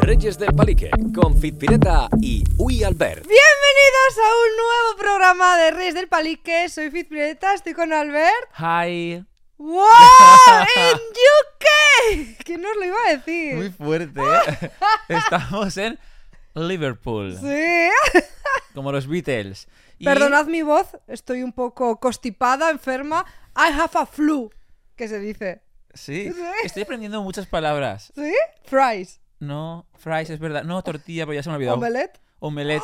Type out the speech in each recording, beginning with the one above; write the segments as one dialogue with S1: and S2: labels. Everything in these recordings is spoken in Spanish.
S1: Reyes del Palique, con Fitpireta y Uy Albert.
S2: Bienvenidos a un nuevo programa de Reyes del Palique. Soy Fitpireta, estoy con Albert.
S3: Hi.
S2: ¡Wow! ¡En UK! ¿Quién nos lo iba a decir?
S3: Muy fuerte. ¿eh? Estamos en Liverpool,
S2: Sí.
S3: como los Beatles. Y-
S2: Perdonad mi voz, estoy un poco constipada, enferma. I have a flu, que se dice.
S3: Sí. Estoy aprendiendo muchas palabras.
S2: ¿Sí? Fries.
S3: No, fries, es verdad. No, tortilla, pero ya se me ha olvidado.
S2: Omelette.
S3: Omelette.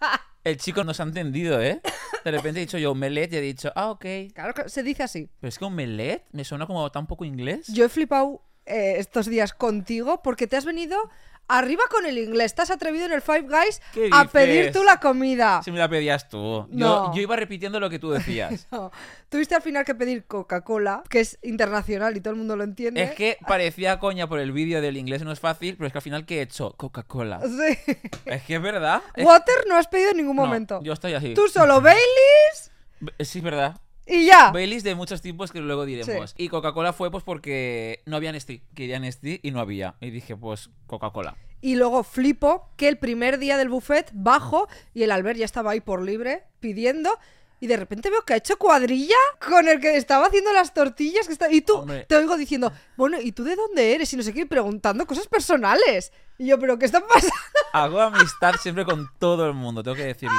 S3: El chico nos ha entendido, ¿eh? De repente he dicho yo omelette y he dicho, ah, ok. Pero
S2: Claro que se dice así.
S3: es que omelette me suena como tan poco inglés.
S2: Yo he flipado eh, estos días contigo porque te has venido arriba con el inglés. Te has atrevido en el Five Guys
S3: ¿Qué
S2: a
S3: dices?
S2: pedir tú la comida.
S3: Si me la pedías tú.
S2: No.
S3: Yo, yo iba repitiendo lo que tú decías.
S2: No. Tuviste al final que pedir Coca-Cola, que es internacional y todo el mundo lo entiende.
S3: Es que parecía coña por el vídeo del inglés no es fácil, pero es que al final que he hecho Coca-Cola.
S2: Sí.
S3: Es que es verdad. Es-
S2: Water no has pedido en ningún
S3: No,
S2: momento.
S3: yo estoy así.
S2: Tú solo Baileys
S3: B- Sí, es verdad.
S2: y ya.
S3: Baileys de muchos tipos que luego diremos. Y Coca-Cola fue pues porque no había Nestí. Quería Nestí y no había. Y dije, pues Coca-Cola.
S2: Y luego flipo que el primer día del buffet bajo y el Albert ya estaba ahí por libre pidiendo. Y de repente veo que ha hecho cuadrilla con el que estaba haciendo las tortillas. Que está... Y tú
S3: Hombre.
S2: te oigo diciendo, bueno, ¿y tú de dónde eres? Y no sé qué, y preguntando cosas personales. Y yo, ¿pero qué está pasando?
S3: Hago amistad siempre con todo el mundo, tengo que decirlo.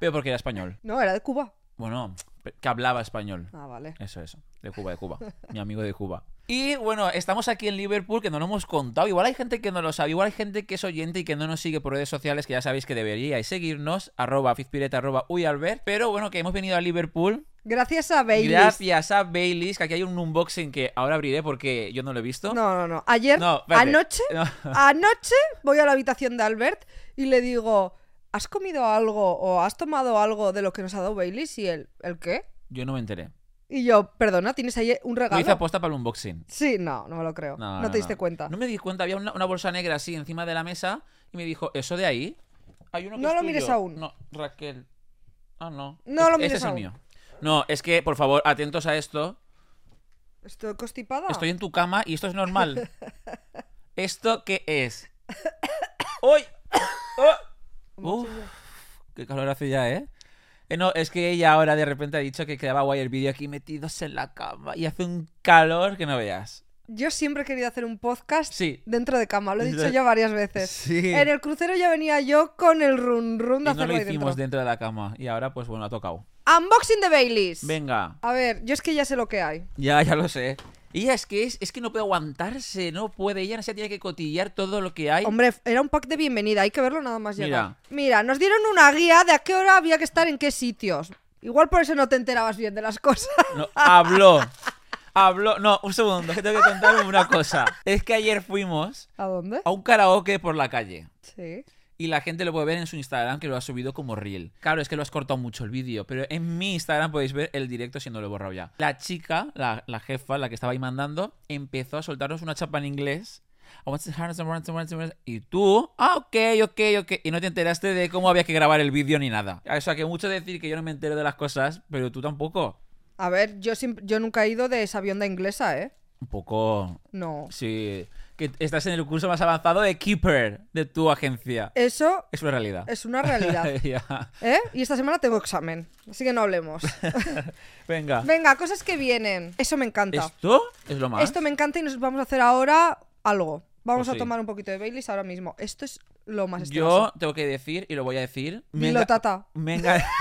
S3: Pero porque era español.
S2: No, era de Cuba.
S3: Bueno, pe- que hablaba español.
S2: Ah, vale.
S3: Eso, eso. De Cuba, de Cuba. Mi amigo de Cuba. Y bueno, estamos aquí en Liverpool que no lo hemos contado. Igual hay gente que no lo sabe. Igual hay gente que es oyente y que no nos sigue por redes sociales, que ya sabéis que deberíais seguirnos. Arroba fizpireta, arroba uyalbert. Pero bueno, que hemos venido a Liverpool
S2: Gracias a Baileys.
S3: Gracias a Baileys, que aquí hay un unboxing que ahora abriré porque yo no lo he visto.
S2: No, no, no. Ayer,
S3: No, espérate.
S2: anoche,
S3: No.
S2: anoche voy a la habitación de Albert y le digo, ¿has comido algo o has tomado algo de lo que nos ha dado Bailey? Y él, ¿el qué?
S3: Yo no me enteré.
S2: Y yo, perdona, ¿tienes ahí un
S3: Lo hice
S2: regalo?
S3: aposta para el unboxing.
S2: Sí, no, no me lo creo. No,
S3: No,
S2: te diste cuenta.
S3: No
S2: No,
S3: me di cuenta, había una, una bolsa negra así encima de la mesa y me dijo, ¿eso de ahí? Hay uno que
S2: No
S3: es
S2: lo
S3: tuyo".
S2: mires aún.
S3: No, Raquel. Ah, no.
S2: No
S3: Es-
S2: lo mires
S3: ese
S2: aún.
S3: es el mío. No, es que, por favor, atentos a esto.
S2: ¿Estoy constipada?
S3: Estoy en tu cama y esto es normal. ¿Esto qué es? ¡Uy! ¡Ah! Uf, qué calor hace ya, ¿eh? Eh, No, es que ella ahora de repente ha dicho que quedaba guay el vídeo aquí metidos en la cama y hace un calor que no veas.
S2: Yo siempre he querido hacer un podcast
S3: Sí.
S2: dentro de cama, lo he dicho
S3: Lo-
S2: ya varias veces.
S3: Sí.
S2: En el crucero ya venía yo con el run run de
S3: Y no
S2: hacerlo
S3: lo
S2: ahí
S3: hicimos
S2: dentro.
S3: dentro de la cama y ahora pues bueno, ha tocado.
S2: Unboxing de Baileys.
S3: Venga,
S2: A ver, yo es que ya sé lo que hay.
S3: ya, ya lo sé. Ella es que es, es que no puede aguantarse, no puede, ella se tiene que cotillar todo lo que hay.
S2: Hombre, era un pack de bienvenida, hay que verlo nada más
S3: Mira.
S2: llegar. Mira, nos dieron una guía de a qué hora había que estar en qué sitios. Igual por eso no te enterabas bien de las cosas.
S3: No, habló. Habló. No, un segundo, que tengo que contar una cosa. Es que ayer fuimos
S2: ¿A dónde?
S3: a un karaoke por la calle.
S2: Sí.
S3: Y la gente lo puede ver en su Instagram, que lo ha subido como reel. Claro, es que lo has cortado mucho el vídeo, pero en mi Instagram podéis ver el directo si no lo he borrado ya. La chica, la, la jefa, la que estaba ahí mandando, empezó a soltarnos una chapa en inglés. I want to hear some words, some words, some words. Y tú, ah, ok, ok, ok. Y no te enteraste de cómo había que grabar el vídeo ni nada. O sea, que mucho decir que yo no me entero de las cosas, pero tú tampoco.
S2: A ver, yo, siempre- yo nunca he ido de sabionda inglesa, ¿eh?
S3: Un poco
S2: No.
S3: Sí, que estás en el curso más avanzado de Keeper de tu agencia.
S2: Eso
S3: Es una realidad.
S2: es una realidad.
S3: Ya.
S2: ¿Eh? Y esta semana tengo examen, así que no hablemos.
S3: Venga.
S2: Venga, cosas que vienen. Eso me encanta.
S3: Esto es lo más.
S2: Esto me encanta y nos vamos a hacer ahora algo. Vamos
S3: Pues
S2: a
S3: sí.
S2: tomar un poquito de Baileys ahora mismo. Esto es lo más
S3: Yo tengo que decir, y lo voy a decir.
S2: Me
S3: enga-
S2: tata.
S3: me enga-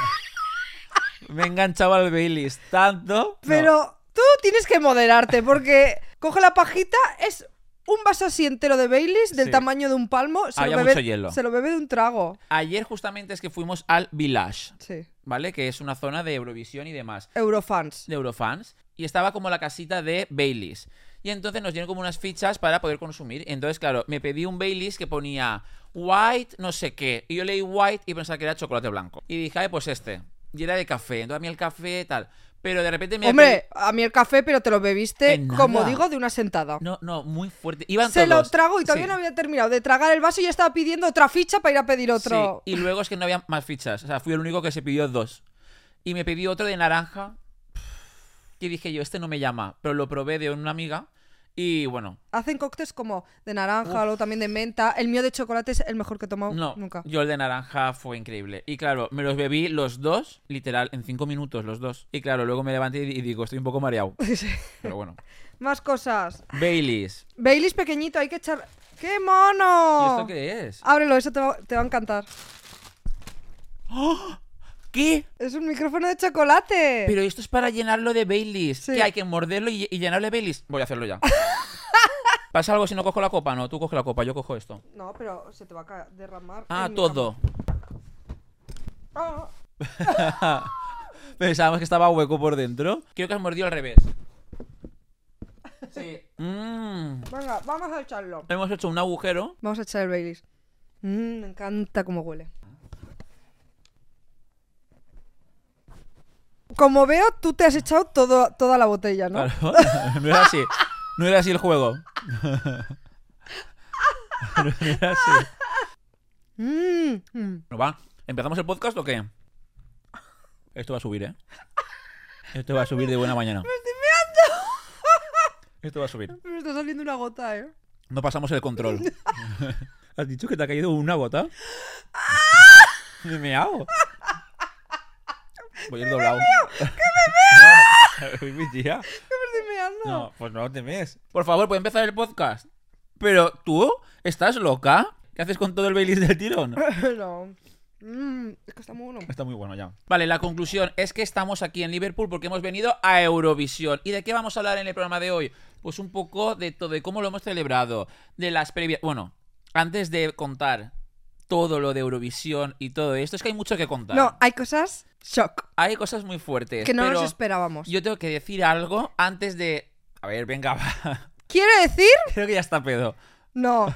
S3: me he enganchado al Baileys tanto. no.
S2: Pero tú tienes que moderarte porque coge la pajita, es un vaso así entero de Baileys del
S3: Sí.
S2: tamaño de un palmo. Se
S3: Había
S2: lo bebe,
S3: mucho hielo.
S2: Se lo bebe de un trago.
S3: Ayer justamente es que fuimos al Village,
S2: Sí.
S3: ¿vale? Que es una zona de Eurovisión y demás.
S2: Eurofans.
S3: de Eurofans y estaba como la casita de Baileys. Y entonces nos dieron como unas fichas para poder consumir. Entonces, claro, me pedí un Baileys que ponía white no sé qué. Y yo leí white y pensaba que era chocolate blanco. Y dije, ay, pues este. Y era de café. Entonces a mí el café tal. Pero de repente me...
S2: Hombre, a mí el café, pero te lo bebiste,
S3: En
S2: como
S3: nada.
S2: digo, de una sentada.
S3: pedí- No, no, muy fuerte. Iban
S2: Se lo
S3: todos.
S2: trago y todavía
S3: Sí.
S2: no había terminado de tragar el vaso y ya estaba pidiendo otra ficha para ir a pedir otro.
S3: Sí, y luego es que no había más fichas. O sea, fui el único que se pidió dos. Y me pedí otro de naranja. Y dije yo, este no me llama. Pero lo probé de una amiga. Y bueno,
S2: Hacen cócteles como de naranja, luego también de menta. El mío de chocolate es el mejor que he tomado
S3: no,
S2: nunca.
S3: yo el de naranja fue increíble. Y claro, me los bebí los dos, literal, en cinco minutos los dos. Y claro, luego me levanté y y digo, estoy un poco mareado.
S2: Sí.
S3: Pero bueno.
S2: Más cosas.
S3: Baileys.
S2: Baileys pequeñito, hay que echar. ¡Qué
S3: ¿Y
S2: mono!
S3: esto qué es?
S2: Ábrelo, eso te va, te va a encantar.
S3: ¿Qué?
S2: Es un micrófono de chocolate.
S3: Pero esto es para llenarlo de Baileys.
S2: Sí.
S3: Que hay que morderlo y, y llenarlo de Baileys. Voy a hacerlo ya. ¿Pasa algo si no cojo la copa? No, tú coge la copa, yo cojo esto.
S2: No, pero se te va a ca- derramar.
S3: Ah,
S2: en mi
S3: todo.
S2: cama. Ah,
S3: Pensábamos que estaba hueco por dentro. Creo que has mordido al revés. Sí. Mm.
S2: venga, vamos a echarlo.
S3: Hemos hecho un agujero.
S2: Vamos a echar el Baileys. Mm, me encanta cómo huele. Como veo, tú te has echado todo, toda la botella, ¿no?
S3: Claro. No era así. No era así el juego. No era así.
S2: Mm, mm.
S3: Bueno, va. ¿Empezamos el podcast o qué? Esto va a subir, ¿eh? Esto va a subir de buena mañana. ¡Me estoy Esto va a subir.
S2: Me está saliendo una gota, ¿eh?
S3: No pasamos el control. ¿Has dicho que te ha caído una gota? ¡Me meao! Voy a ir doblado. ¡Que me meo! mi tía.
S2: Que me estoy meando.
S3: No, pues no te mees. Por favor, puede empezar el podcast. Pero tú, ¿estás loca? ¿Qué haces con todo el Baileys del tirón?
S2: No. Mm, es que está muy bueno.
S3: Está muy bueno ya. Vale, la conclusión es que estamos aquí en Liverpool porque hemos venido a Eurovisión. ¿Y de qué vamos a hablar en el programa de hoy? Pues un poco de todo, de cómo lo hemos celebrado, de las previas... Bueno, antes de contar todo lo de Eurovisión y todo esto, es que hay mucho que contar.
S2: No, hay cosas shock.
S3: Hay cosas muy fuertes,
S2: Que no
S3: pero
S2: nos esperábamos.
S3: yo tengo que decir algo antes de... A ver, venga, va.
S2: ¿Quiere decir?
S3: Creo que ya está pedo.
S2: No.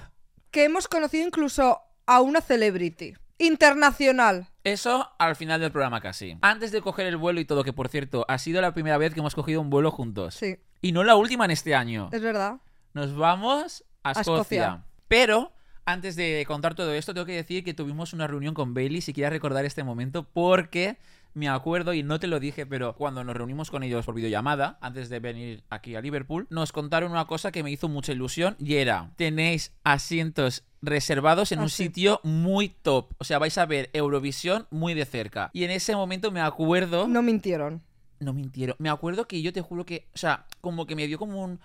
S2: Que hemos conocido incluso a una celebrity internacional.
S3: Eso al final del programa casi. Antes de coger el vuelo y todo, que por cierto, ha sido la primera vez que hemos cogido un vuelo juntos.
S2: Sí,
S3: Y no la última en este año.
S2: es verdad.
S3: Nos vamos a
S2: A
S3: Escocia.
S2: Escocia.
S3: Pero antes de contar todo esto, tengo que decir que tuvimos una reunión con Bailey. Si quieres recordar este momento, porque me acuerdo y no te lo dije, pero cuando nos reunimos con ellos por videollamada, antes de venir aquí a Liverpool, nos contaron una cosa que me hizo mucha ilusión y era: tenéis asientos reservados en
S2: Ah,
S3: un
S2: sí.
S3: sitio muy top. O sea, vais a ver Eurovisión muy de cerca. Y en ese momento me acuerdo.
S2: No mintieron.
S3: No mintieron. Me acuerdo que yo te juro que, o sea, como que me dio como un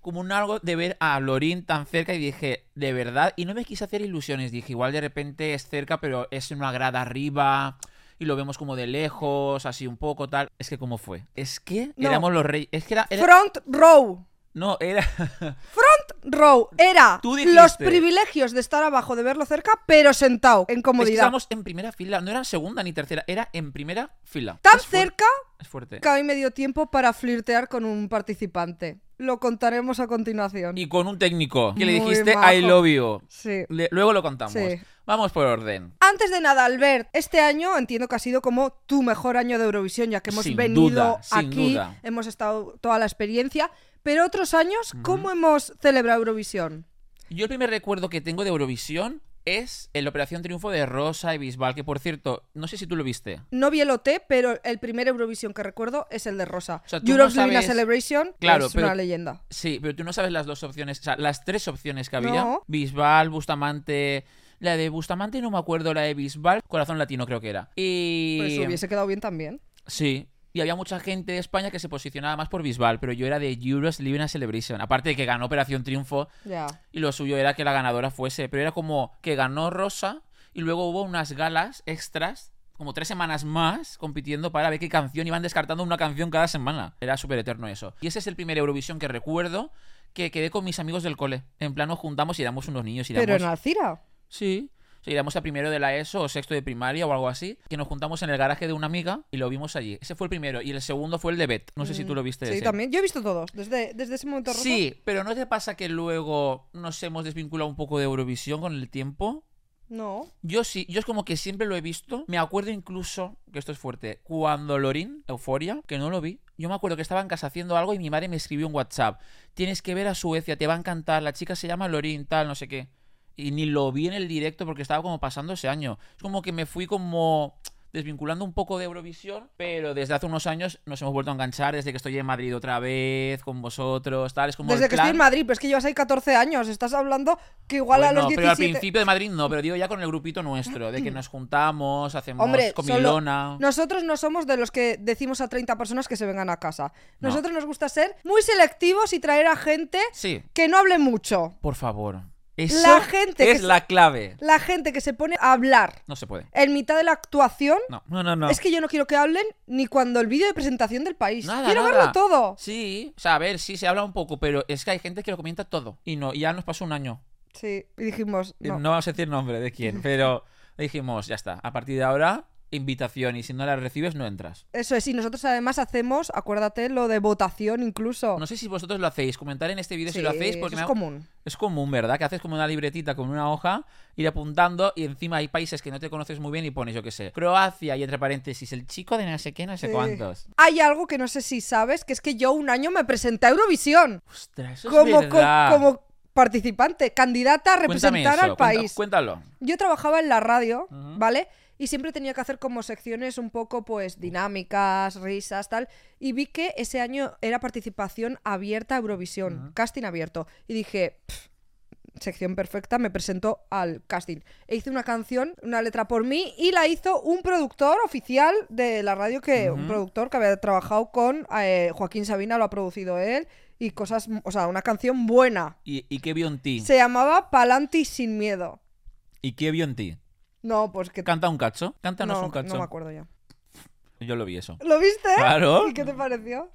S3: como un algo de ver a Lorin tan cerca y dije, de verdad, y no me quise hacer ilusiones, dije, igual de repente es cerca, pero es en una grada arriba y lo vemos como de lejos, así un poco tal. Es que cómo fue? Es que
S2: No.
S3: éramos los reyes, es que era, era-
S2: Front row.
S3: no, era
S2: Row era
S3: Tú dijiste.
S2: los privilegios de estar abajo, de verlo cerca, pero sentado, en
S3: es que
S2: comodidad.
S3: estábamos en primera fila, no era segunda ni tercera, era en primera fila.
S2: Tan
S3: Es fuer-
S2: cerca
S3: es fuerte.
S2: que a mí me dio tiempo para flirtear con un participante. Lo contaremos a continuación.
S3: Y con un técnico que le
S2: Muy
S3: dijiste
S2: majo.
S3: I love you.
S2: Sí.
S3: Le- luego lo contamos.
S2: Sí.
S3: Vamos por orden.
S2: Antes de nada, Albert, este año entiendo que ha sido como tu mejor año de Eurovisión, ya que hemos
S3: Sin
S2: venido
S3: duda, sin
S2: aquí,
S3: duda.
S2: hemos estado toda la experiencia, pero otros años, ¿cómo hemos celebrado Eurovisión?
S3: Yo el primer recuerdo que tengo de Eurovisión es el Operación Triunfo de Rosa y Bisbal, que por cierto, no sé si tú lo viste.
S2: No vi el OT, pero el primer Eurovisión que recuerdo es el de Rosa.
S3: O sea, tú no
S2: Euro's Living a
S3: sabes-
S2: Celebration
S3: Claro,
S2: es
S3: pero-
S2: una leyenda.
S3: Sí, pero tú no sabes las dos opciones, o sea, las tres opciones que había.
S2: No.
S3: Bisbal, Bustamante... La de Bustamante no me acuerdo, la de Bisbal, Corazón Latino creo que era. Y... em,
S2: Pues hubiese quedado bien también.
S3: Sí. Y había mucha gente de España que se posicionaba más por Bisbal, pero yo era de Euros Living a Celebration. Aparte de que ganó Operación Triunfo,
S2: Ya.
S3: y lo suyo era que la ganadora fuese, pero era como que ganó Rosa y luego hubo unas galas extras, como tres semanas más, compitiendo para ver qué canción iban descartando una canción cada semana. Era súper eterno eso. Y ese es el primer Eurovisión que recuerdo que quedé con mis amigos del cole. En plan, nos juntamos y éramos unos niños. Y éramos...
S2: Pero en Alcira.
S3: Sí. O sea, íbamos a primero de la ESO o sexto de primaria o algo así, que nos juntamos en el garaje de una amiga y lo vimos allí. Ese fue el primero. Y el segundo fue el de Bet. No sé si tú lo viste.
S2: Mm, Sí,
S3: ese.
S2: también. Yo he visto todos, desde, desde ese momento. Rosa.
S3: Sí, pero ¿no te pasa que luego nos hemos desvinculado un poco de Eurovisión con el tiempo?
S2: No.
S3: Yo sí, yo es como que siempre lo he visto. Me acuerdo incluso, que esto es fuerte, cuando Lorin, Euforia, que no lo vi, yo me acuerdo que estaba en casa haciendo algo y mi madre me escribió un WhatsApp. Tienes que ver a Suecia, te va a encantar, la chica se llama Lorin, tal, no sé qué. Y ni lo vi en el directo porque estaba como pasando ese año. Es como que me fui como desvinculando un poco de Eurovisión, pero desde hace unos años nos hemos vuelto a enganchar desde que estoy en Madrid otra vez, con vosotros, tal. Es como
S2: Desde
S3: el
S2: que
S3: plan-
S2: estoy en Madrid, pero es que llevas ahí 14 años. Estás hablando que igual a
S3: Bueno,
S2: los 17.
S3: Pero al principio de Madrid no, pero digo ya con el grupito nuestro, de que nos juntamos, hacemos
S2: Hombre, solo,
S3: comilona.
S2: nosotros no somos de los que decimos a 30 personas que se vengan a casa.
S3: No.
S2: Nosotros nos gusta ser muy selectivos y traer a gente
S3: Sí,
S2: que no hable mucho.
S3: por favor. Eso
S2: La gente que
S3: es
S2: se-
S3: la clave.
S2: La gente que se pone a hablar
S3: No se puede.
S2: en mitad de la actuación.
S3: No, no, no. no.
S2: Es que yo no quiero que hablen ni cuando el vídeo de presentación del país.
S3: Nada,
S2: quiero
S3: nada.
S2: verlo todo.
S3: Sí, o sea, a ver, sí se habla un poco, pero es que hay gente que lo comenta todo. Y no, y ya nos pasó un año.
S2: Sí, y dijimos,
S3: Eh, No.
S2: no.
S3: vamos a decir nombre de quién, pero dijimos, ya está. A partir de ahora, invitación, y si no la recibes, no entras.
S2: Eso es, y nosotros además hacemos, acuérdate, lo de votación incluso.
S3: No sé si vosotros lo hacéis, comentar en este vídeo si
S2: Sí,
S3: lo hacéis, porque
S2: eso
S3: me
S2: es
S3: ha-
S2: común.
S3: Es común, ¿verdad? Que haces como una libretita con una hoja, ir apuntando y encima hay países que no te conoces muy bien y pones, yo qué sé, Croacia y entre paréntesis, el chico de no sé qué, no sé
S2: Sí.
S3: cuántos.
S2: Hay algo que no sé si sabes, que es que yo un año me presenté a Eurovisión.
S3: Ostras, eso
S2: como,
S3: es
S2: co-
S3: verdad.
S2: como participante, candidata a
S3: Cuéntame
S2: representar
S3: eso,
S2: al
S3: cuenta-
S2: país.
S3: Cuéntalo.
S2: Yo trabajaba en la radio,
S3: Ujú.
S2: ¿vale? Y siempre tenía que hacer como secciones un poco, pues, dinámicas, risas, tal. Y vi que ese año era participación abierta a Eurovisión, casting abierto. Y dije, "Pff, sección perfecta, me presento al casting. E hice una canción, una letra por mí, y la hizo un productor oficial de la radio, que un productor que había trabajado con eh, Joaquín Sabina, lo ha producido él, y cosas, o sea, una canción buena.
S3: ¿Y, y qué vio en ti?
S2: Se llamaba Palanti sin miedo.
S3: ¿Y qué vio en ti?
S2: No, pues que
S3: ¿Canta un cacho? Cántanos un cacho.
S2: no me acuerdo ya.
S3: Yo lo vi eso.
S2: ¿Lo viste?
S3: Claro.
S2: ¿Y qué te pareció?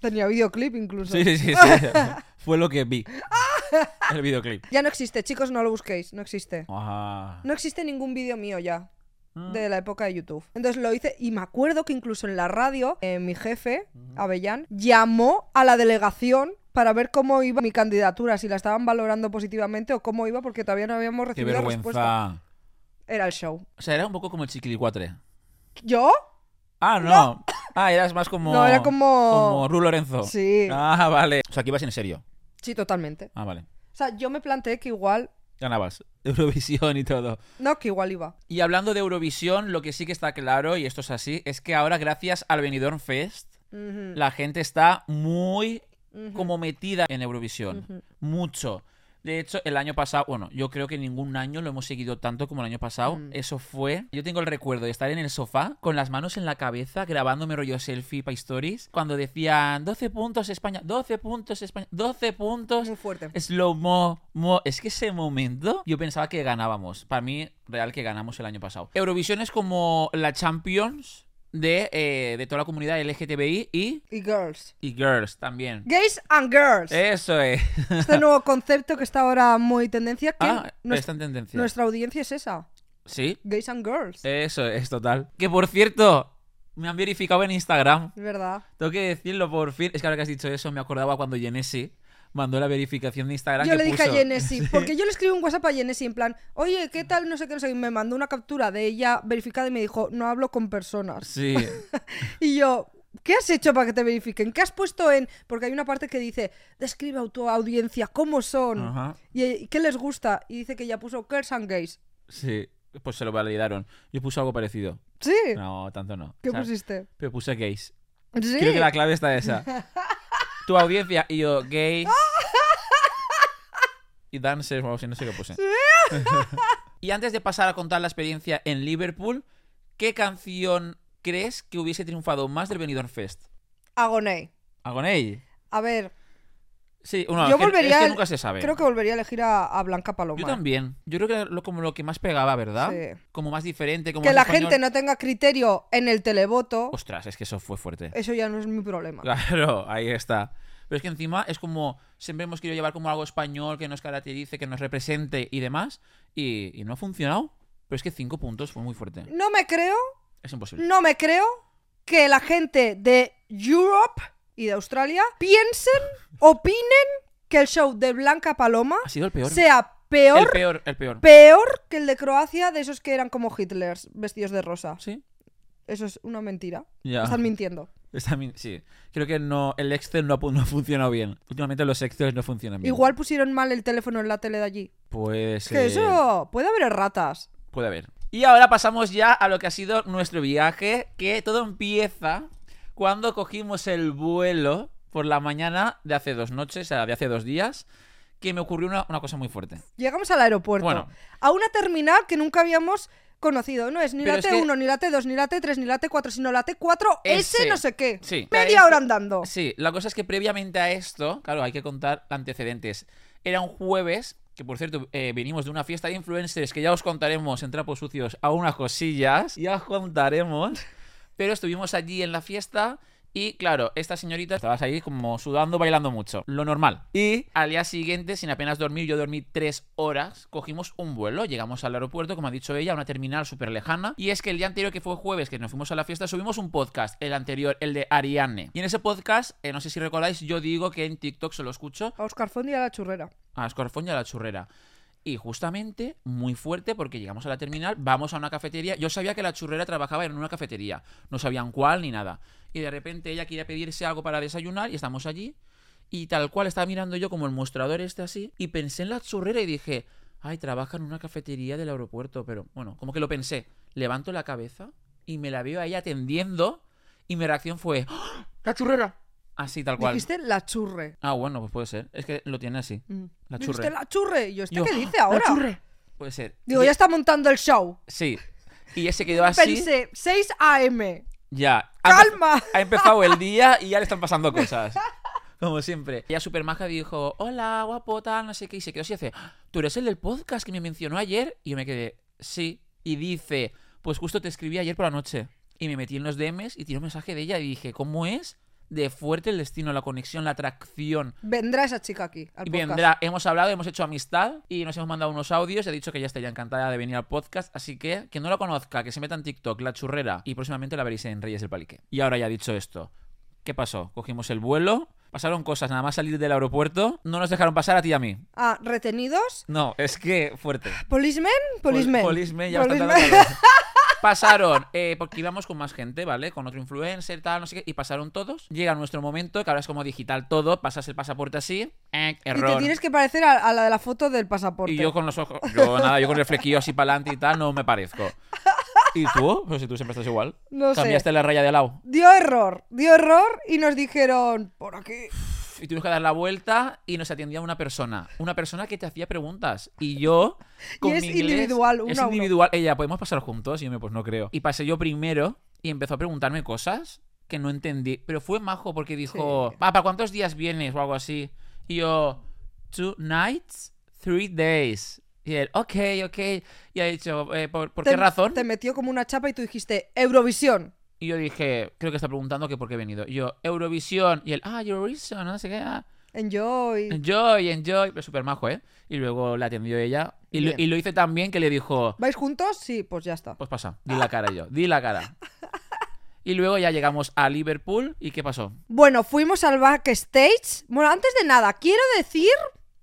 S2: Tenía videoclip incluso.
S3: Sí, sí, sí. sí. Fue lo que vi. El videoclip.
S2: Ya no existe, chicos, no lo busquéis, no existe.
S3: Ajá.
S2: No existe ningún vídeo mío ya.
S3: Ah. Mm,
S2: De la época de YouTube. Entonces lo hice y me acuerdo que incluso en la radio, eh, mi jefe, Avellán, llamó a la delegación para ver cómo iba mi candidatura, si la estaban valorando positivamente o cómo iba, porque todavía no habíamos
S3: Qué
S2: recibido
S3: vergüenza.
S2: respuesta. Era el show.
S3: O sea, era un poco como el chiquilicuatre.
S2: ¿Yo?
S3: Ah, no. Ah, eras más como.
S2: No, era como-
S3: Como Ru Lorenzo.
S2: Oh. Sí.
S3: Ah, vale. O sea, aquí vas en serio.
S2: Sí, totalmente.
S3: Ah, vale.
S2: O sea, yo me planteé que igual.
S3: Ganabas. Eurovisión y todo.
S2: No, que igual iba.
S3: Y hablando de Eurovisión, lo que sí que está claro, y esto es así, es que ahora, gracias al Benidorm Fest,
S2: Ujú.
S3: la gente está muy
S2: Mm. Ujú.
S3: como metida en Eurovisión. Mucho. De hecho, el año pasado, bueno, yo creo que ningún año lo hemos seguido tanto como el año pasado.
S2: Mm.
S3: Eso fue. Yo tengo el recuerdo de estar en el sofá con las manos en la cabeza grabándome rollo selfie para stories cuando decían 12 puntos España, 12 puntos España, 12 puntos.
S2: Muy fuerte.
S3: Slow mo, mo. Es que ese momento yo pensaba que ganábamos. Para mí, real que ganamos el año pasado. Eurovisión es como la Champions de, eh, de toda la comunidad LGTBI y,
S2: Y girls.
S3: y Girls también.
S2: Gays and girls.
S3: Eso es.
S2: Este nuevo concepto que está ahora muy tendencia. Que
S3: Ah,
S2: nues-
S3: está en tendencia. Eh,
S2: nuestra audiencia es esa.
S3: Sí,
S2: Gays and girls.
S3: eso es total. Que por cierto, me han verificado en Instagram.
S2: Es verdad.
S3: Tengo que decirlo por fin. Es que ahora que has dicho eso, me acordaba cuando Genesi mandó la verificación de Instagram.
S2: Yo
S3: que
S2: le dije
S3: puso.
S2: a Genesi, porque yo le escribí un WhatsApp a Genesi en plan, oye, ¿qué tal? No sé qué, no sé. qué". Y me mandó una captura de ella verificada y me dijo, no hablo con personas.
S3: Sí.
S2: Y yo, ¿qué has hecho para que te verifiquen? ¿Qué has puesto en...? Porque hay una parte que dice, describe a tu audiencia, ¿cómo son?
S3: Ajá.
S2: Y, eh, ¿Qué les gusta? Y dice que ella puso girls and gays.
S3: Sí. Pues se lo validaron. Yo puse algo parecido.
S2: Sí.
S3: No, tanto no.
S2: ¿Qué
S3: Ah, O sea,
S2: pusiste?
S3: Pero puse gays.
S2: Sí.
S3: Creo que la clave está esa. Tu audiencia y yo, gays. y dancers, o no sé qué puse. y antes de pasar a contar la experiencia en Liverpool, ¿qué canción crees que hubiese triunfado más del Benidorm Fest?
S2: Agoné.
S3: ¿Agonei?
S2: A ver,
S3: Sí, uno,
S2: Yo
S3: es que- es
S2: volvería
S3: que
S2: al-
S3: nunca se sabe.
S2: creo que volvería a elegir a, a Blanca Paloma.
S3: Yo también. Yo creo que era lo, como lo que más pegaba, ¿verdad?
S2: Sí.
S3: Como más diferente, como
S2: Que
S3: más
S2: la
S3: español.
S2: gente no tenga criterio en el televoto,
S3: Ostras, es que eso fue fuerte.
S2: eso ya no es mi problema.
S3: Claro, ahí está. Pero es que encima es como siempre hemos querido llevar como algo español que nos caracterice, que nos represente y demás, y, y no ha funcionado. Pero es que cinco puntos fue muy fuerte.
S2: No me creo,
S3: Es imposible.
S2: no me creo que la gente de Europe y de Australia piensen, opinen que el show de Blanca Paloma
S3: Ha sido el Ah, peor.
S2: sea
S3: el
S2: peor,
S3: peor, el peor.
S2: peor que el de Croacia de esos que eran como Hitlers vestidos de rosa.
S3: Sí.
S2: Eso es una mentira.
S3: Ya.
S2: Están mintiendo.
S3: Está min- sí. Creo que no, el Excel no ha, pu- no ha funcionado bien. Últimamente los Excel no funcionan bien.
S2: Igual pusieron mal el teléfono en la tele de allí.
S3: Pues.
S2: Es que
S3: eh,
S2: eso puede haber ratas.
S3: Puede haber. Y ahora pasamos ya a lo que ha sido nuestro viaje, que todo empieza cuando cogimos el vuelo por la mañana de hace dos noches, o sea, de hace dos días, que me ocurrió una, una cosa muy fuerte.
S2: Llegamos al aeropuerto.
S3: Bueno.
S2: A una terminal que nunca habíamos conocido. No es ni
S3: Pero
S2: la
S3: es
S2: T1,
S3: que-
S2: ni la T2, ni la T3, ni la T4, sino la T4S
S3: Ese.
S2: no sé qué.
S3: Sí.
S2: Media
S3: Ese.
S2: hora andando.
S3: Sí, la cosa es que previamente a esto, claro, hay que contar antecedentes. Era un jueves, que por cierto, eh, venimos de una fiesta de influencers que ya os contaremos en trapos sucios a unas cosillas, ya os contaremos. Pero estuvimos allí en la fiesta y claro, esta señorita estabas ahí como sudando, bailando mucho, lo normal. Y al día siguiente, sin apenas dormir, yo dormí tres horas, cogimos un vuelo, llegamos al aeropuerto, como ha dicho ella, a una terminal súper lejana. Y es que el día anterior, que fue jueves, que nos fuimos a la fiesta, subimos un podcast, el anterior, el de Ariane. Y en ese podcast, eh, no sé si recordáis, yo digo que en TikTok se lo escucho
S2: A Oscar Fondi y a la churrera.
S3: a Escorfón y a la churrera. Y justamente, muy fuerte, porque llegamos a la terminal, vamos a una cafetería. Yo sabía que la churrera trabajaba en una cafetería, no sabían cuál ni nada. Y de repente ella quería pedirse algo para desayunar y estamos allí. Y tal cual estaba mirando yo como el mostrador este así. Y pensé en la churrera y dije, ay, trabaja en una cafetería del aeropuerto. Pero bueno, como que lo pensé. Levanto la cabeza y me la veo ahí atendiendo. Y mi reacción fue, ¡Ah! ¡La churrera! Así, tal cual.
S2: Dijiste la churre.
S3: Ah, bueno, pues puede ser. Es que lo tiene así.
S2: Mm.
S3: La
S2: Dijiste
S3: churre.
S2: la churre. Y yo, ¿este
S3: Yo,
S2: qué dice
S3: "Ah, la
S2: ahora?
S3: churre". Puede ser.
S2: Digo,
S3: Y-
S2: ya está montando el show.
S3: Sí. Y ese quedó así.
S2: Pensé, 6 AM.
S3: Ya. Ha empe-
S2: ¡Calma!
S3: Ha empezado el día y ya le están pasando cosas. Como siempre. Ella super maja dijo, hola, guapota, no sé qué. Y se quedó así y hace, "Ah, tú eres el del podcast que me mencionó ayer. Y yo me quedé, sí. Y dice, pues justo te escribí ayer por la noche. Y me metí en los DMs y tiré un mensaje de ella y dije, ¿cómo es? De fuerte el destino, la conexión, la atracción.
S2: Vendrá esa chica aquí al podcast.
S3: Y vendrá. Hemos hablado, hemos hecho amistad y nos hemos mandado unos audios. He dicho que ya estaría encantada de venir al podcast. Así que, quien no la conozca, que se meta en TikTok, la churrera. Y próximamente la veréis en Reyes del Palique. Y ahora ya dicho esto, ¿qué pasó? Cogimos el vuelo, pasaron cosas. Nada más salir del aeropuerto, no nos dejaron pasar a ti y a mí.
S2: Ah, retenidos.
S3: No, es que fuerte.
S2: Policemen, policemen.
S3: Pol- policemen, ya bastante
S2: Policemen.
S3: dado. Pasaron, eh, porque íbamos con más gente, ¿vale? Con otro influencer, tal, no sé qué, y pasaron todos. Llega nuestro momento, que ahora es como digital todo, pasas el pasaporte así, eh,
S2: Y
S3: error.
S2: te tienes que parecer a, a la de la foto del pasaporte.
S3: Y yo con los ojos. Yo nada, yo con el flequillo así para adelante y tal, no me parezco. ¿Y tú? Pues si tú siempre estás igual.
S2: No sé.
S3: Cambiaste la raya de lado.
S2: Dio error, dio error y nos dijeron, por aquí.
S3: Y tuvimos que dar la vuelta y nos atendía una persona. Una persona que te hacía preguntas. Y yo. Con
S2: es
S3: mi inglés-
S2: individual, uno
S3: Es
S2: a uno.
S3: individual. Ella, ¿podemos pasar juntos? Y yo me, pues no creo. Y pasé yo primero y empezó a preguntarme cosas que no entendí. Pero fue majo porque dijo,
S2: Sí.
S3: "Ah, ¿para cuántos días vienes? O algo así. Y yo, two nights, three days. Y él, ok, ok. Y ha dicho, "Eh, ¿por, por
S2: Te-
S3: qué razón?
S2: Te metió como una chapa y tú dijiste, Eurovisión.
S3: Y yo dije, creo que está preguntando que por qué he venido. Y yo, Eurovisión. Y él, ah, Eurovisión, no sé qué. ah.
S2: Enjoy.
S3: Enjoy, enjoy. Pero súper majo, ¿eh? Y luego la atendió ella. Y lo,
S2: Bien.
S3: y lo hice tan bien que le dijo,
S2: ¿Vais juntos? Sí, pues ya está.
S3: pues pasa, di la cara yo, di la cara. Y luego ya llegamos a Liverpool. ¿Y qué pasó?
S2: Bueno, fuimos al backstage. Bueno, antes de nada, quiero decir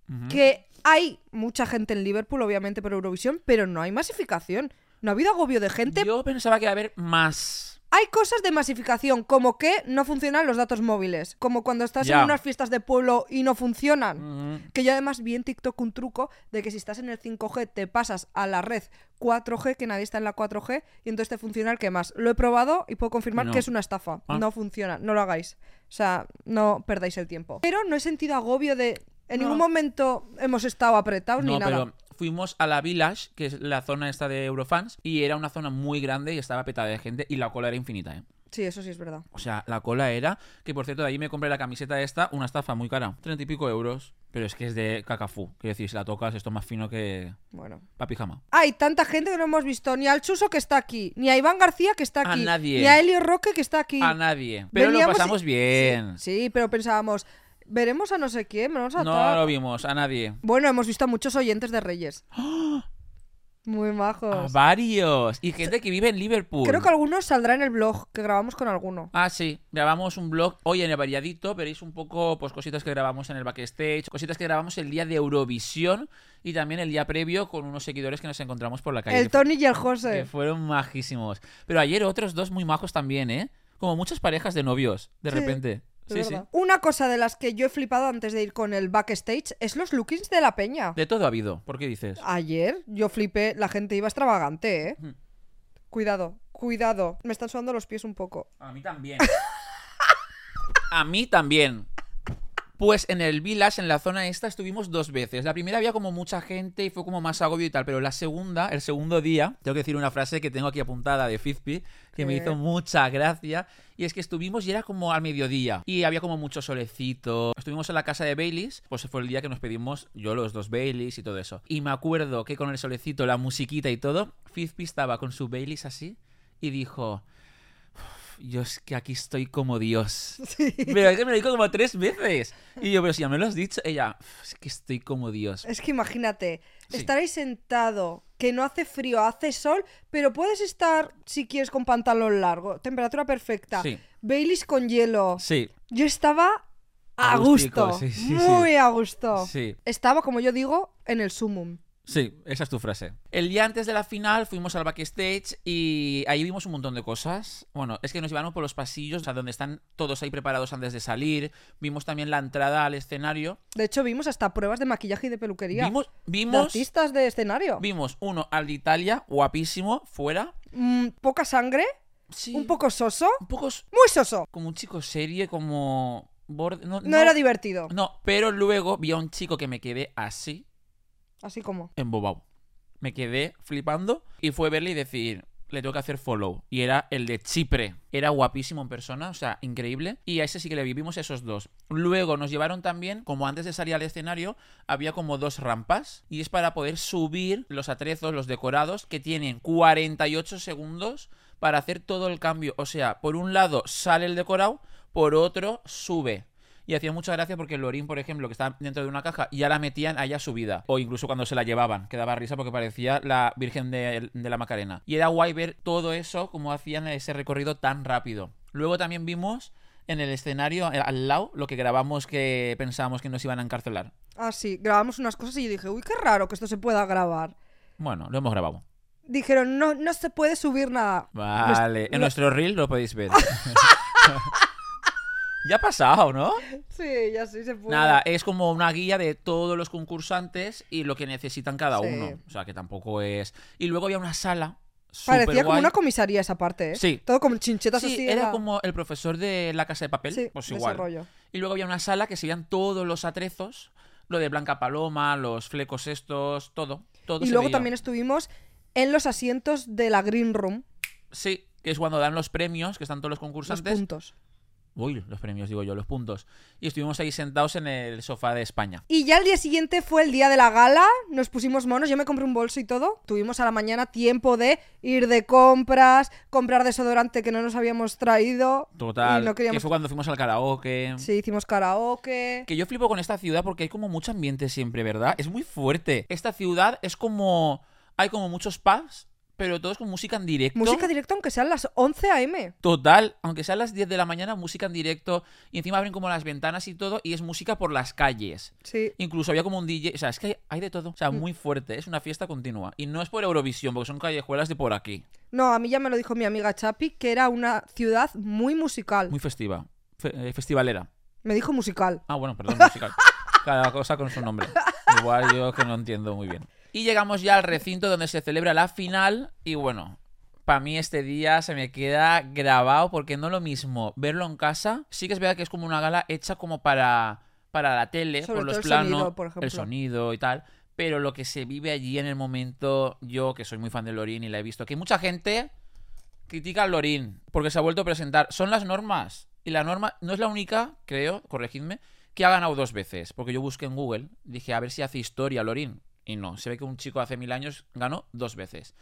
S3: Ujú.
S2: que hay mucha gente en Liverpool, obviamente, por Eurovisión, pero no hay masificación. No ha habido agobio de gente.
S3: Yo pensaba que iba a haber más.
S2: Hay cosas de masificación, como que no funcionan los datos móviles. Como cuando estás en
S3: Ya. Mm.
S2: unas fiestas de pueblo y no funcionan.
S3: Ujú.
S2: Que yo además vi en TikTok un truco de que si estás en el 5G te pasas a la red 4G, que nadie está en la 4G, y entonces te funciona el que más. Lo he probado y puedo confirmar
S3: No.
S2: que es una estafa.
S3: Ah.
S2: No funciona, no lo hagáis. O sea, no perdáis el tiempo. Pero no he sentido agobio de... En ningún momento hemos estado apretados ni
S3: No,
S2: nada.
S3: pero fuimos a la Village, que es la zona esta de Eurofans. Y era una zona muy grande y estaba petada de gente. Y la cola era infinita, ¿eh?
S2: Sí, eso sí es verdad.
S3: O sea, la cola era que, por cierto, de ahí me compré la camiseta esta, una estafa muy cara, treinta y pico euros, pero es que es de cacafú. Quiero decir, si la tocas, esto es más fino que
S2: Bueno.
S3: pa' pijama.
S2: Hay tanta gente que no hemos visto ni al Chuso que está aquí, ni a Iván García que está
S3: A
S2: aquí,
S3: nadie.
S2: ni a Elio Roque que está aquí.
S3: A nadie. Pero
S2: Veníamos
S3: lo pasamos
S2: y-
S3: bien.
S2: Sí, pero pensábamos, veremos a no sé quién, vamos a
S3: no
S2: tal.
S3: lo vimos, a nadie.
S2: Bueno, hemos visto a muchos oyentes de Reyes.
S3: Ah,
S2: Muy majos.
S3: A varios. Y gente que vive en Liverpool.
S2: Creo que algunos saldrá en el blog que grabamos con alguno.
S3: Ah, sí. Grabamos un blog hoy en el variadito. Veréis un poco pues cositas que grabamos en el backstage, cositas que grabamos el día de Eurovisión y también el día previo con unos seguidores que nos encontramos por la calle.
S2: el Tony y el
S3: Que
S2: José.
S3: fueron majísimos. Pero ayer otros dos muy majos también, ¿eh? Como muchas parejas de novios, de
S2: Sí,
S3: repente.
S2: de
S3: Sí, sí.
S2: verdad. Una cosa de las que yo he flipado antes de ir con el backstage es los lookings de la peña.
S3: De todo ha habido. ¿Por qué dices?
S2: Ayer yo flipé, la gente iba extravagante, ¿eh?
S3: Mm.
S2: Cuidado, cuidado. Me están sudando los pies un poco.
S3: A mí también. A mí también. Pues en el Village, en la zona esta, estuvimos dos veces. La primera había como mucha gente y fue como más agobio y tal, pero la segunda, el segundo día, tengo que decir una frase que tengo aquí apuntada de Fizpi, que me
S2: ¿Qué?
S3: hizo mucha gracia, y es que estuvimos y era como al mediodía, y había como mucho solecito. Estuvimos en la casa de Baileys, pues fue el día que nos pedimos yo los dos Baileys y todo eso. Y me acuerdo que con el solecito, la musiquita y todo, Fizpi estaba con su Baileys así y dijo... "Uf, Yo es que aquí estoy como Dios. Pero es que me lo dijo como tres veces. Y yo, pero si ya me lo has dicho. Ella, "Uf, es que estoy como Dios.
S2: Es que imagínate,
S3: Sí.
S2: estar ahí sentado, que no hace frío, hace sol, pero puedes estar, si quieres, con pantalón largo, temperatura perfecta,
S3: Sí.
S2: Baileys con hielo.
S3: Sí,
S2: Yo estaba a
S3: Agústico,
S2: gusto,
S3: sí, sí,
S2: muy
S3: sí.
S2: a gusto.
S3: sí,
S2: Estaba, como yo digo, en el sumum.
S3: sí, esa es tu frase. El día antes de la final fuimos al backstage y ahí vimos un montón de cosas. Bueno, es que nos llevaron por los pasillos, o sea, donde están todos ahí preparados antes de salir. Vimos también la entrada al escenario.
S2: De hecho, vimos hasta pruebas de maquillaje y de peluquería.
S3: Vimos,
S2: De
S3: vimos,
S2: artistas de escenario.
S3: vimos uno al de Italia, guapísimo, fuera.
S2: Mm, poca sangre,
S3: Sí,
S2: un poco soso,
S3: un poco s-
S2: muy soso.
S3: como un chico serie, como... borde- No,
S2: No, era divertido.
S3: No, pero luego vi a un chico que me quedé así,
S2: Así como.
S3: embobado. Me quedé flipando y fue verle y decir, le tengo que hacer follow. Y era el de Chipre. Era guapísimo en persona, o sea, increíble. Y a ese sí que le vivimos esos dos. Luego nos llevaron también, como antes de salir al escenario, había como dos rampas. Y es para poder subir los atrezos, los decorados, que tienen 48 segundos para hacer todo el cambio. O sea, por un lado sale el decorado, por otro sube. Y hacía mucha gracia porque Lorín, por ejemplo, que estaba dentro de una caja, ya la metían allá subida. O incluso cuando se la llevaban, que daba risa porque parecía la Virgen de, de la Macarena. Y era guay ver todo eso, como hacían ese recorrido tan rápido. Luego también vimos en el escenario, eh, al lado, lo que grabamos que pensábamos que nos iban a encarcelar.
S2: Así, ah, grabamos unas cosas y yo dije, uy, qué raro que esto se pueda grabar.
S3: Bueno, lo hemos grabado.
S2: Dijeron, no, no se puede subir nada.
S3: Vale, en nuestro reel lo podéis ver. ya ha pasado, ¿no?
S2: Sí, ya sí se puede.
S3: Nada, es como una guía de todos los concursantes y lo que necesitan cada
S2: Sí.
S3: uno. O sea, que tampoco es. Y luego había una sala.
S2: Parecía
S3: superguay.
S2: como una comisaría esa parte, ¿eh?
S3: Sí.
S2: Todo con chinchetas
S3: Sí,
S2: así.
S3: era como el profesor de la casa de papel.
S2: Sí,
S3: pues
S2: de ese
S3: igual.
S2: rollo.
S3: Y luego había una sala que se veían todos los atrezos: lo de Blanca Paloma, los flecos estos, todo. todo
S2: Y
S3: se
S2: luego
S3: veía.
S2: también estuvimos en los asientos de la Green Room,
S3: Sí, que es cuando dan los premios, que están todos los
S2: los
S3: concursantes.
S2: puntos.
S3: Uy, los premios, digo yo, los puntos. Y estuvimos ahí sentados en el sofá de España.
S2: Y ya el día siguiente fue el día de la gala, nos pusimos monos, yo me compré un bolso y todo. Tuvimos a la mañana tiempo de ir de compras, comprar desodorante que no nos habíamos traído.
S3: Total.
S2: Y no
S3: que
S2: queríamos...
S3: fue cuando fuimos al karaoke.
S2: Sí, hicimos karaoke.
S3: Que yo flipo con esta ciudad porque hay como mucho ambiente siempre, ¿verdad? Es muy fuerte. Esta ciudad es como. Hay como muchos pubs, pero todos con música en directo.
S2: Música directa aunque sean las 11 a.m.
S3: Total, aunque sean las 10 de la mañana, música en directo. Y encima abren como las ventanas y todo, y es música por las calles.
S2: Sí.
S3: Incluso había como un DJ. O sea, es que hay, hay de todo. O sea, muy fuerte. Es una fiesta continua. Y no es por Eurovisión, porque son callejuelas de por aquí.
S2: No, a mí ya me lo dijo mi amiga Chapi, que era una ciudad muy musical.
S3: Muy festiva. fe- eh, festivalera.
S2: Me dijo musical.
S3: Ah, bueno, perdón, musical. Cada cosa con su nombre. Igual yo que no entiendo muy bien. Y llegamos ya al recinto donde se celebra la final. Y bueno, para mí este día se me queda grabado porque no lo mismo verlo en casa. Sí que es verdad que es como una gala hecha como para, para la tele,
S2: Sobre
S3: por los
S2: todo el
S3: planos,
S2: sonido, por ejemplo.
S3: el sonido y tal. Pero lo que se vive allí en el momento, yo que soy muy fan de Lorin y la he visto, que mucha gente critica al Lorín porque se ha vuelto a presentar. Son las normas. Y la norma no es la única, creo, corregidme, que ha ganado dos veces. Porque yo busqué en Google, dije a ver si hace historia Lorín. Y no, se ve que un chico hace mil años ganó dos veces.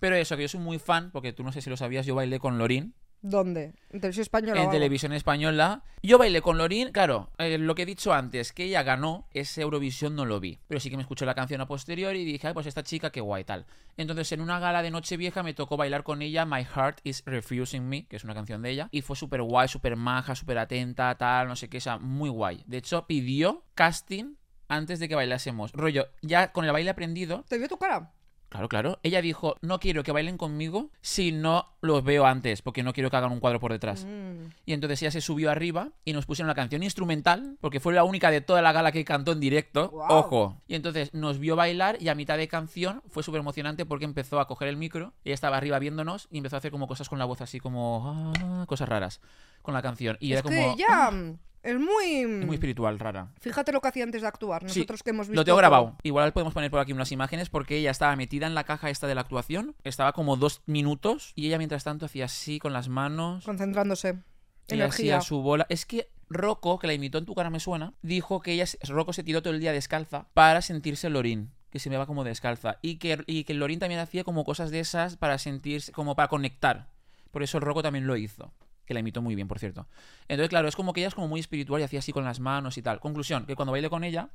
S3: Pero eso, que yo soy muy fan, porque tú no sé si lo sabías, yo bailé con Lorín
S2: ¿Dónde? En televisión española. o
S3: en
S2: algo?
S3: televisión española. Yo bailé con Lorín, claro, eh, lo que he dicho antes, que ella ganó, ese Eurovisión no lo vi. Pero sí que me escuché la canción a posteriori y dije, ay, pues esta chica, qué guay, tal. Entonces, en una gala de Nochevieja me tocó bailar con ella My Heart is Refusing Me, que es una canción de ella. Y fue súper guay, súper maja, súper atenta, tal, no sé qué, o sea, muy guay. De hecho, pidió casting antes de que bailásemos. Rollo, ya con el baile aprendido,
S2: ¿Te vio tu cara?
S3: Claro, claro. Ella dijo, no quiero que bailen conmigo si no los veo antes, porque no quiero que hagan un cuadro por detrás.
S2: Mm.
S3: Y entonces ella se subió arriba y nos pusieron la canción instrumental, porque fue la única de toda la gala que cantó en directo.
S2: Guau.
S3: Ojo. Y entonces nos vio bailar y a mitad de canción fue súper emocionante porque empezó a coger el micro, ella estaba arriba viéndonos y empezó a hacer como cosas con la voz así como... ah, cosas raras con la canción. Y
S2: Es
S3: era como... "Ah".
S2: que ella mm, es muy...
S3: Es muy espiritual, rara.
S2: Fíjate lo que hacía antes de actuar.
S3: Sí,
S2: Nosotros que hemos visto...
S3: Lo tengo grabado. Igual podemos poner por aquí unas imágenes porque ella estaba metida en la caja esta de la actuación. Estaba como dos minutos y ella mientras tanto hacía así con las manos.
S2: Concentrándose.
S3: Y hacía
S2: Energía.
S3: su bola. Es que Rocco, que la imitó en tu cara me suena, dijo que ella, se- Rocco se tiró todo el día descalza para sentirse Lorín. Que se me va como descalza. Y que, y que Lorín también hacía como cosas de esas para sentirse, como para conectar. Por eso el Rocco también lo hizo. Que la imitó muy bien, por cierto. Entonces, claro, es como que ella es como muy espiritual y hacía así con las manos y tal. Conclusión, que cuando bailé con ella,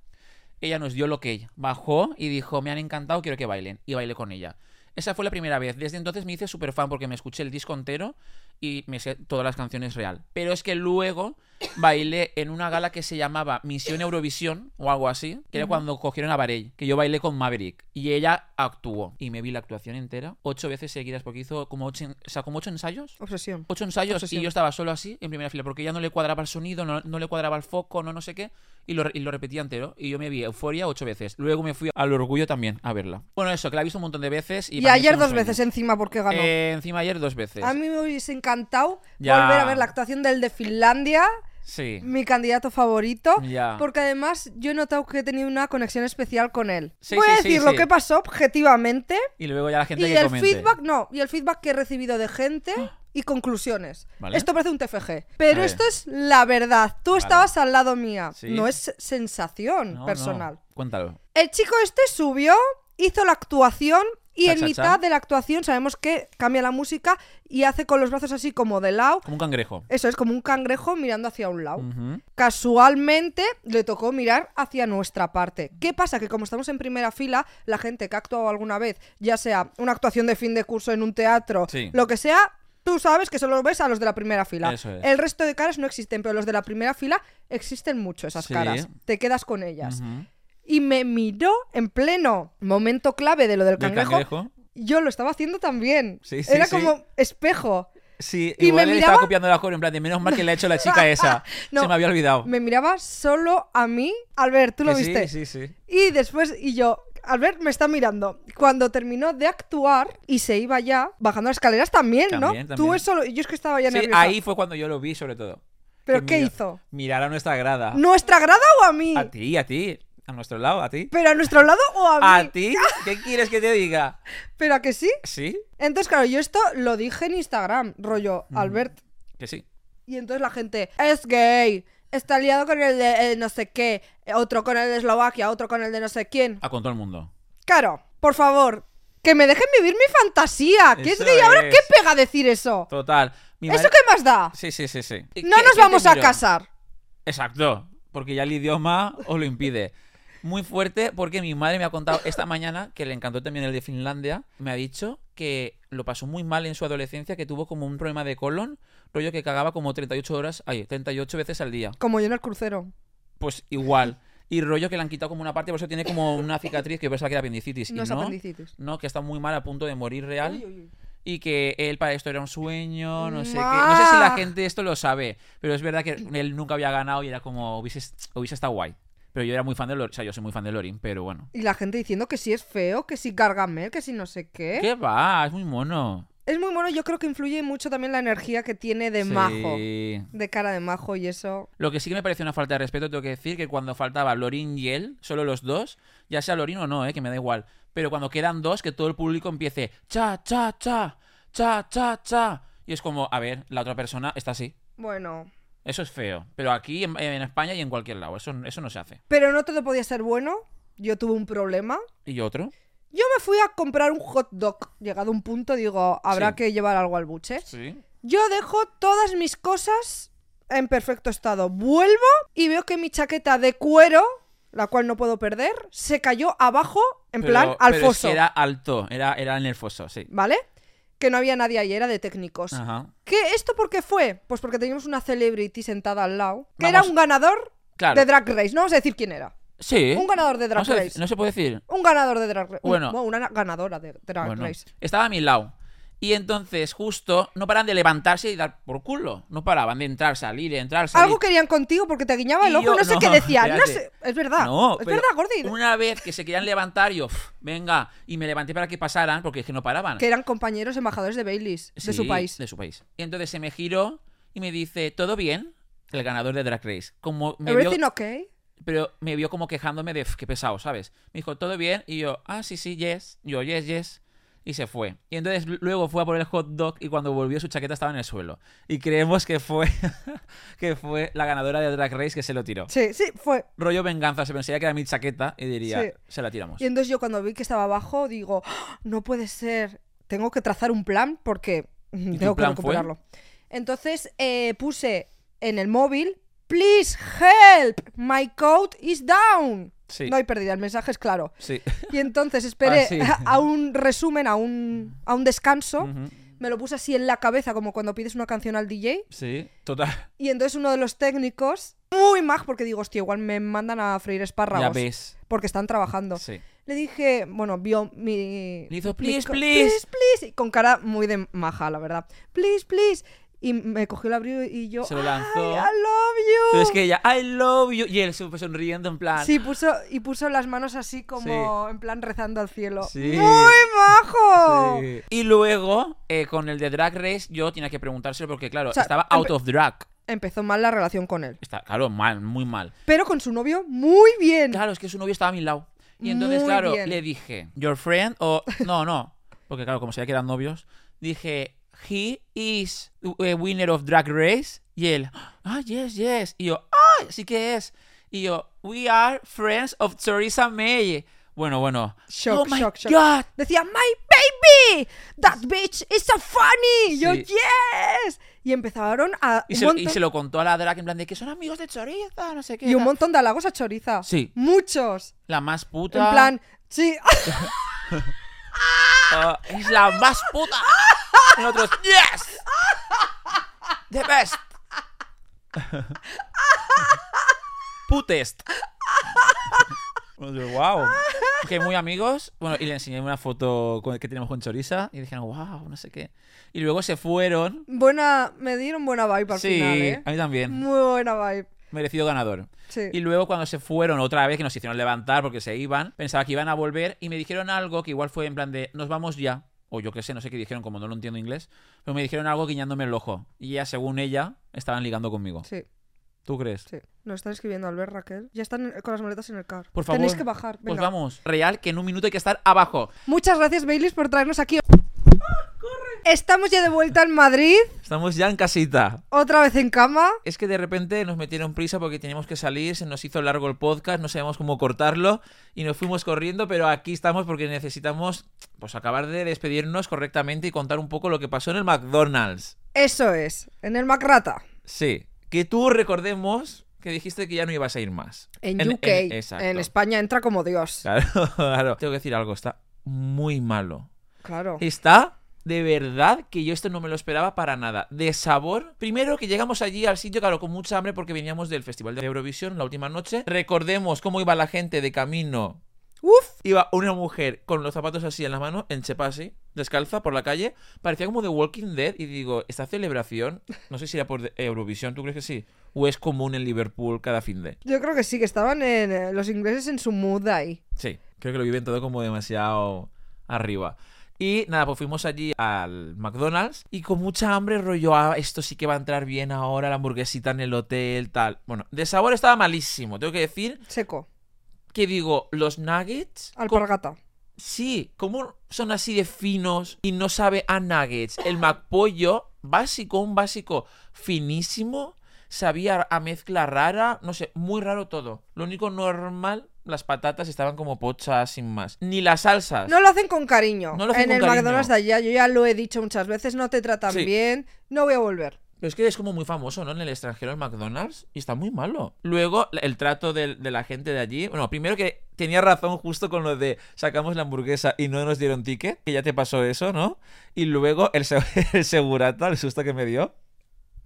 S3: ella nos dio lo que ella. Bajó y dijo, me han encantado, quiero que bailen. Y bailé con ella. Esa fue la primera vez. Desde entonces me hice súper fan porque me escuché el disco entero y me sé todas las canciones real. Pero es que luego bailé en una gala que se llamaba Misión Eurovisión o algo así, que era cuando cogieron a Varey, que yo bailé con Maverick y ella actuó. Y me vi la actuación entera ocho veces seguidas porque hizo como ocho, en- o sea, como ocho ensayos
S2: Obsesión.
S3: ocho ensayos
S2: Obsesión.
S3: y yo estaba solo así en primera fila porque ya no le cuadraba el sonido, no, no le cuadraba el foco, no no sé qué y lo, re- y lo repetía entero y yo me vi Euforia ocho veces. Luego me fui al Orgullo también a verla. Bueno, eso, que la he visto un montón de veces y,
S2: Y,
S3: para mí es
S2: ayer
S3: un
S2: dos
S3: sueño.
S2: veces encima porque ganó.
S3: Eh, encima ayer dos veces.
S2: A mí me hubiese encantado
S3: Ya.
S2: volver a ver la actuación del de Finlandia,
S3: Sí.
S2: mi candidato favorito,
S3: Ya.
S2: porque además yo he notado que he tenido una conexión especial con él.
S3: Sí,
S2: Voy a
S3: sí, sí,
S2: decir lo
S3: sí.
S2: que pasó objetivamente
S3: Y luego ya la gente
S2: y
S3: que
S2: el
S3: comente. Ah.
S2: feedback, no, y el feedback que he recibido de gente y conclusiones.
S3: Vale.
S2: Esto parece un TFG,
S3: A
S2: pero
S3: ver.
S2: esto es la verdad. Tú estabas al lado mía,
S3: Sí.
S2: no es sensación
S3: No, no.
S2: personal.
S3: Cuéntalo.
S2: El chico este subió, hizo la actuación y
S3: Cha,
S2: en
S3: cha,
S2: mitad
S3: cha.
S2: de la actuación sabemos que cambia la música y hace con los brazos así como de lado.
S3: Como un cangrejo.
S2: Eso es como un cangrejo mirando hacia un lado.
S3: Ujú.
S2: Casualmente le tocó mirar hacia nuestra parte. ¿Qué pasa? Que como estamos en primera fila, la gente que ha actuado alguna vez, ya sea una actuación de fin de curso en un teatro,
S3: Sí.
S2: lo que sea, tú sabes que solo ves a los de la primera fila.
S3: Eso es.
S2: El resto de caras no existen, pero los de la primera fila existen mucho esas
S3: Sí.
S2: caras. Te quedas con ellas
S3: Ujú.
S2: y me miró en pleno momento clave de lo del
S3: Del
S2: cangrejo.
S3: cangrejo.
S2: Yo lo estaba haciendo también.
S3: Sí, sí,
S2: Era
S3: sí.
S2: como espejo.
S3: Sí,
S2: Y
S3: igual
S2: me
S3: le
S2: miraba-
S3: estaba copiando la core en plan de menos mal que le ha hecho la chica esa.
S2: No.
S3: Se me había olvidado.
S2: Me miraba solo a mí. Albert, tú lo
S3: Que sí,
S2: viste.
S3: Sí, sí,
S2: Y después, y yo, Albert me está mirando. Cuando terminó de actuar y se iba ya, bajando las escaleras también,
S3: También,
S2: ¿no?
S3: también.
S2: Tú es solo. Yo es que estaba ya
S3: Sí,
S2: nerviosa.
S3: ahí fue cuando yo lo vi sobre todo.
S2: ¿Pero
S3: Que
S2: qué
S3: mira-
S2: hizo?
S3: Mirar a nuestra grada.
S2: ¿Nuestra grada o a mí?
S3: A ti, a ti. A nuestro lado, a ti.
S2: ¿Pero a nuestro lado o a mí?
S3: ¿A ti? ¿Qué quieres que te diga?
S2: ¿Pero a que sí?
S3: ¿Sí?
S2: Entonces, claro, yo esto lo dije en Instagram, rollo,
S3: Mm.
S2: Albert,
S3: Que sí.
S2: Y entonces la gente, es gay, está liado con el de eh, no sé qué, otro con el de Eslovaquia, otro con el de no sé quién.
S3: A con todo el mundo.
S2: Claro, por favor, que me dejen vivir mi fantasía. ¿Qué es
S3: Eso
S2: gay ahora?
S3: es.
S2: ¿Qué pega decir eso?
S3: Total. Mi
S2: ¿Eso
S3: madre-
S2: qué más da?
S3: Sí, sí, sí, sí. ¿Qué-
S2: No
S3: qué
S2: nos
S3: te
S2: vamos a
S3: miró?
S2: casar.
S3: Exacto. Porque ya el idioma os lo impide. Muy fuerte porque mi madre me ha contado esta mañana que le encantó también el de Finlandia. Me ha dicho que lo pasó muy mal en su adolescencia, que tuvo como un problema de colon, rollo que cagaba como 38 horas, ay, 38 veces al día.
S2: Como yo en el crucero.
S3: Pues igual. Y rollo que le han quitado como una parte, por eso tiene como una cicatriz que pensaba que era apendicitis.
S2: No
S3: y
S2: es
S3: no,
S2: apendicitis.
S3: no, que está muy mal a punto de morir real.
S2: Uy, uy, uy.
S3: Y que él para esto era un sueño, no sé qué.
S2: Ma.
S3: No sé si la gente esto lo sabe, pero es verdad que él nunca había ganado y era como, hubiese, hubiese estado guay. Pero yo era muy fan de Lorin, o sea, yo soy muy fan de Lorin, pero bueno.
S2: Y la gente diciendo que si es feo, que si cargamel, que si no sé qué.
S3: ¿Qué va? Es muy mono.
S2: Es muy bueno, yo creo que influye mucho también la energía que tiene de majo.
S3: Sí.
S2: De cara de majo y eso.
S3: Lo que sí que me pareció una falta de respeto, tengo que decir que cuando faltaba Lorin y él, solo los dos, ya sea Lorin o no, eh, que me da igual, pero cuando quedan dos, que todo el público empiece cha, cha, cha, cha, cha, cha. Y es como, a ver, la otra persona está así.
S2: Bueno.
S3: Eso es feo. Pero aquí en, en España y en cualquier lado, eso, eso no se hace.
S2: Pero no todo podía ser bueno. Yo tuve un problema.
S3: ¿Y otro?
S2: Yo me fui a comprar un hot dog. Llegado un punto, digo, habrá
S3: Sí.
S2: que llevar algo al buche.
S3: Sí.
S2: Yo dejo todas mis cosas en perfecto estado. Vuelvo y veo que mi chaqueta de cuero, la cual no puedo perder, se cayó abajo, en plan, al foso.
S3: era alto, era, era en el foso, sí.
S2: ¿Vale? Que no había nadie ahí, era de técnicos.
S3: Ajá.
S2: ¿Qué, ¿Esto por qué fue? Pues porque teníamos una celebrity sentada al lado, que era
S3: Vamos.
S2: un ganador
S3: Claro.
S2: de Drag Race. No vamos a decir quién era.
S3: Sí.
S2: Un ganador de Drag
S3: no se,
S2: Race.
S3: no se puede decir.
S2: Un ganador de Drag Race. Un-
S3: Bueno.
S2: una na- ganadora de Drag
S3: Bueno,
S2: Race.
S3: estaba a mi lado. Y entonces, justo, no paran de levantarse y dar por culo. No paraban de entrar, salir, entrar, salir.
S2: Algo querían contigo porque te guiñaba el
S3: Y
S2: ojo,
S3: yo-
S2: no sé
S3: no,
S2: qué decían. No
S3: espérate.
S2: sé- es verdad.
S3: No,
S2: es
S3: pero
S2: verdad, Gordy.
S3: Una vez que se querían levantar, yo, "Uf, venga, y me levanté para que pasaran, porque es que no paraban.
S2: Que eran compañeros embajadores de Baileys, de su
S3: Ah. Sí,
S2: país.
S3: De su país. Y entonces se me giró y me dice, ¿todo bien? El ganador de Drag Race. Como me vio,
S2: Everything okay?
S3: pero me vio como quejándome de, "Uf, qué pesado, ¿sabes? Me dijo, ¿todo bien? Y yo, ah, sí, sí, yes. Yo, yes, yes. Y se fue. Y entonces l- luego fue a por el hot dog y cuando volvió su chaqueta estaba en el suelo. Y creemos que fue, que fue la ganadora de Drag Race que se lo tiró.
S2: Sí, sí, fue.
S3: Rollo venganza, se pensaría que era mi chaqueta y diría,
S2: Sí.
S3: se la tiramos.
S2: Y entonces yo cuando vi que estaba abajo, digo, "Ah, no puede ser, tengo que trazar un plan porque mm,
S3: tu
S2: tengo que
S3: plan fue?
S2: recuperarlo. Entonces eh, puse en el móvil, please help, my code is down.
S3: Sí.
S2: No hay pérdida, el mensaje es claro.
S3: Sí.
S2: Y entonces esperé
S3: Ah, sí.
S2: a un resumen, a un, a un descanso.
S3: Ujú.
S2: Me lo puse así en la cabeza, como cuando pides una canción al DJ.
S3: Sí, total.
S2: Y entonces uno de los técnicos, muy mag, porque digo, hostia, igual me mandan a freír
S3: Ya
S2: espárragos.
S3: ves.
S2: Porque están trabajando.
S3: Sí.
S2: Le dije, bueno, vio mi.
S3: Le hizo,
S2: mi
S3: "Please,
S2: co-
S3: please".
S2: please, please", y con cara muy de maja, la verdad. Please, please. Y me cogió el abrigo y yo.
S3: Se lo
S2: "Ay,
S3: lanzó.
S2: I love you.
S3: Pero es que ella, I love you. Y él súper sonriendo en plan.
S2: Sí, puso, y puso las manos así como en plan rezando al cielo.
S3: Sí.
S2: ¡Muy majo!
S3: Sí. Y luego, eh, con el de Drag Race, yo tenía que preguntárselo porque, claro,
S2: O sea,
S3: estaba
S2: empe-
S3: out of drag.
S2: Empezó mal la relación con él.
S3: Está, claro, mal, muy mal.
S2: Pero con su novio, muy bien.
S3: Claro, es que su novio estaba a mi lado. Y entonces,
S2: Mm. Muy
S3: claro,
S2: bien.
S3: le dije, Your friend o. No, no. Porque, claro, como sabía que eran novios, dije, He is a winner of Drag Race. Y él, Ah, yes, yes. Y yo, Ah, sí que es. Y yo, We are friends of Theresa May. Bueno, bueno.
S2: Shock,
S3: oh my
S2: shock, shock.
S3: God.
S2: Decía, My baby, that bitch is so funny. Y Yo,
S3: Sí.
S2: yes. Y empezaron a.
S3: Y
S2: un
S3: se, lo- y
S2: montón-
S3: se lo contó a la drag en plan de que son amigos de Choriza, no sé qué.
S2: Y un
S3: la-
S2: montón de halagos a Choriza.
S3: Sí.
S2: Muchos.
S3: La más puta.
S2: En plan, sí.
S3: Ah, es la más puta. Y otros, yes. The best. Putest. wow. Que muy amigos. Bueno, y le enseñé una foto con- que tenemos con Choriza. Y dijeron, wow, no sé qué. Y luego se fueron.
S2: buena, me dieron buena vibe al
S3: sí,
S2: final, ¿eh?
S3: a mí también.
S2: Muy buena vibe.
S3: Merecido ganador.
S2: Sí.
S3: Y luego cuando se fueron otra vez, que nos hicieron levantar porque se iban, pensaba que iban a volver y me dijeron algo que igual fue en plan de, nos vamos ya. O yo qué sé, no sé qué dijeron, como no lo entiendo inglés. Pero me dijeron algo guiñándome el ojo. Y ya, según ella, estaban ligando conmigo.
S2: Sí,
S3: ¿Tú crees?
S2: sí. Nos están escribiendo al ver, Raquel. Ya están eh, con las maletas en el car.
S3: Por favor.
S2: Tenéis que bajar.
S3: Pues
S2: venga.
S3: vamos, real, que en un minuto hay que estar abajo.
S2: Muchas gracias, Baileys, por traernos aquí.
S3: ¡Ah,
S2: Estamos ya de vuelta en Madrid,
S3: Estamos ya en casita.
S2: otra vez en cama.
S3: Es que de repente nos metieron prisa porque teníamos que salir, se nos hizo largo el podcast, no sabíamos cómo cortarlo y nos fuimos corriendo, pero aquí estamos porque necesitamos pues acabar de despedirnos correctamente y contar un poco lo que pasó en el McDonald's.
S2: Eso es, en el Macrata.
S3: Sí, que tú recordemos que dijiste que ya no ibas a ir más.
S2: En, UK.
S3: en-
S2: En,
S3: exacto.
S2: España entra como Dios.
S3: Claro, claro. Tengo que decir algo, está muy malo.
S2: Claro.
S3: Está de verdad que yo esto no me lo esperaba para nada. De sabor. Primero que llegamos allí al sitio, claro, con mucha hambre porque veníamos del Festival de Eurovisión la última noche. Recordemos cómo iba la gente de camino.
S2: Uf,
S3: Iba una mujer con los zapatos así en la mano, en chepa así, descalza por la calle. Parecía como The Walking Dead. Y digo, esta celebración, no sé si era por Eurovisión, ¿tú crees que sí? ¿O es común en Liverpool cada fin de?
S2: yo creo que sí, que estaban en, eh, los ingleses en su mood ahí.
S3: Sí, creo que lo viven todo como demasiado arriba. Y nada, pues fuimos allí al McDonald's y con mucha hambre rollo, ah, esto sí que va a entrar bien ahora, la hamburguesita en el hotel, tal. Bueno, de sabor estaba malísimo, tengo que decir
S2: Seco,
S3: que digo, los nuggets... co-
S2: alpargata.
S3: sí, como son así de finos y no sabe a nuggets? El McPollo, básico, un básico finísimo, sabía a mezcla rara, no sé, muy raro todo. Lo único normal, las patatas estaban como pochas sin más. Ni las salsas.
S2: No lo hacen con cariño.
S3: No lo hacen
S2: en
S3: con
S2: el
S3: cariño.
S2: McDonald's de allá, yo ya lo he dicho muchas veces, no te tratan
S3: Sí.
S2: bien, no voy a volver.
S3: Pero es que es como muy famoso, ¿no? En el extranjero, el McDonald's, y está muy malo. Luego, la- el trato del- de, la gente de allí. Bueno, primero que tenía razón justo con lo de sacamos la hamburguesa y no nos dieron ticket, que ya te pasó eso, ¿no? Y luego, el, se- el segurata, el susto que me dio.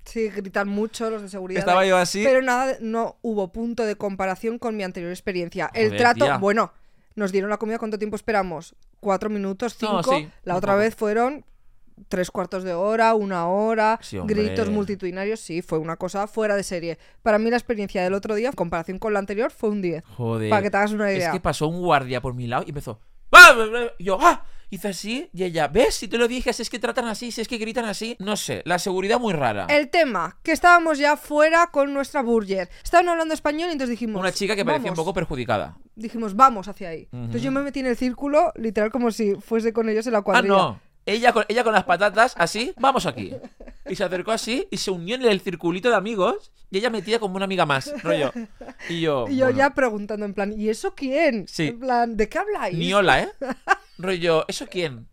S2: Sí, gritan mucho los de seguridad.
S3: Estaba yo así.
S2: Pero nada, no hubo punto de comparación con mi anterior experiencia. el
S3: Joder,
S2: trato,
S3: tía.
S2: bueno, nos dieron la comida, ¿cuánto tiempo esperamos? Cuatro minutos, cinco.
S3: No, sí,
S2: la
S3: un
S2: otra
S3: poco.
S2: vez fueron tres cuartos de hora, una hora,
S3: Sí, hombre.
S2: gritos multitudinarios. Sí, fue una cosa fuera de serie. Para mí la experiencia del otro día, en comparación con la anterior, fue un 10.
S3: Joder.
S2: Para que te hagas una idea.
S3: Es que pasó un guardia por mi lado y empezó. "Ah, bla, bla", y Yo, ¡ah! Hice así y ella, ¿ves? Si te lo dije, si es que tratan así, si es que gritan así. No sé, la seguridad muy rara.
S2: El tema, que estábamos ya fuera con nuestra burger. Estaban hablando español y entonces dijimos...
S3: Una chica que parecía un
S2: "Vamos".
S3: poco perjudicada.
S2: dijimos, vamos hacia ahí. Entonces yo me metí en el círculo, literal, como si fuese con ellos en la
S3: Ah,
S2: cuadrilla.
S3: no. Ella con, ella con las patatas, así, vamos aquí. Y se acercó así y se unió en el circulito de amigos y ella metía como una amiga más, rollo. Y yo.
S2: Y yo
S3: Oh, bueno,
S2: ya preguntando, en plan, ¿y eso quién?
S3: Sí.
S2: En plan, ¿de qué habláis?
S3: Ni hola, ¿eh? Rollo, ¿eso quién?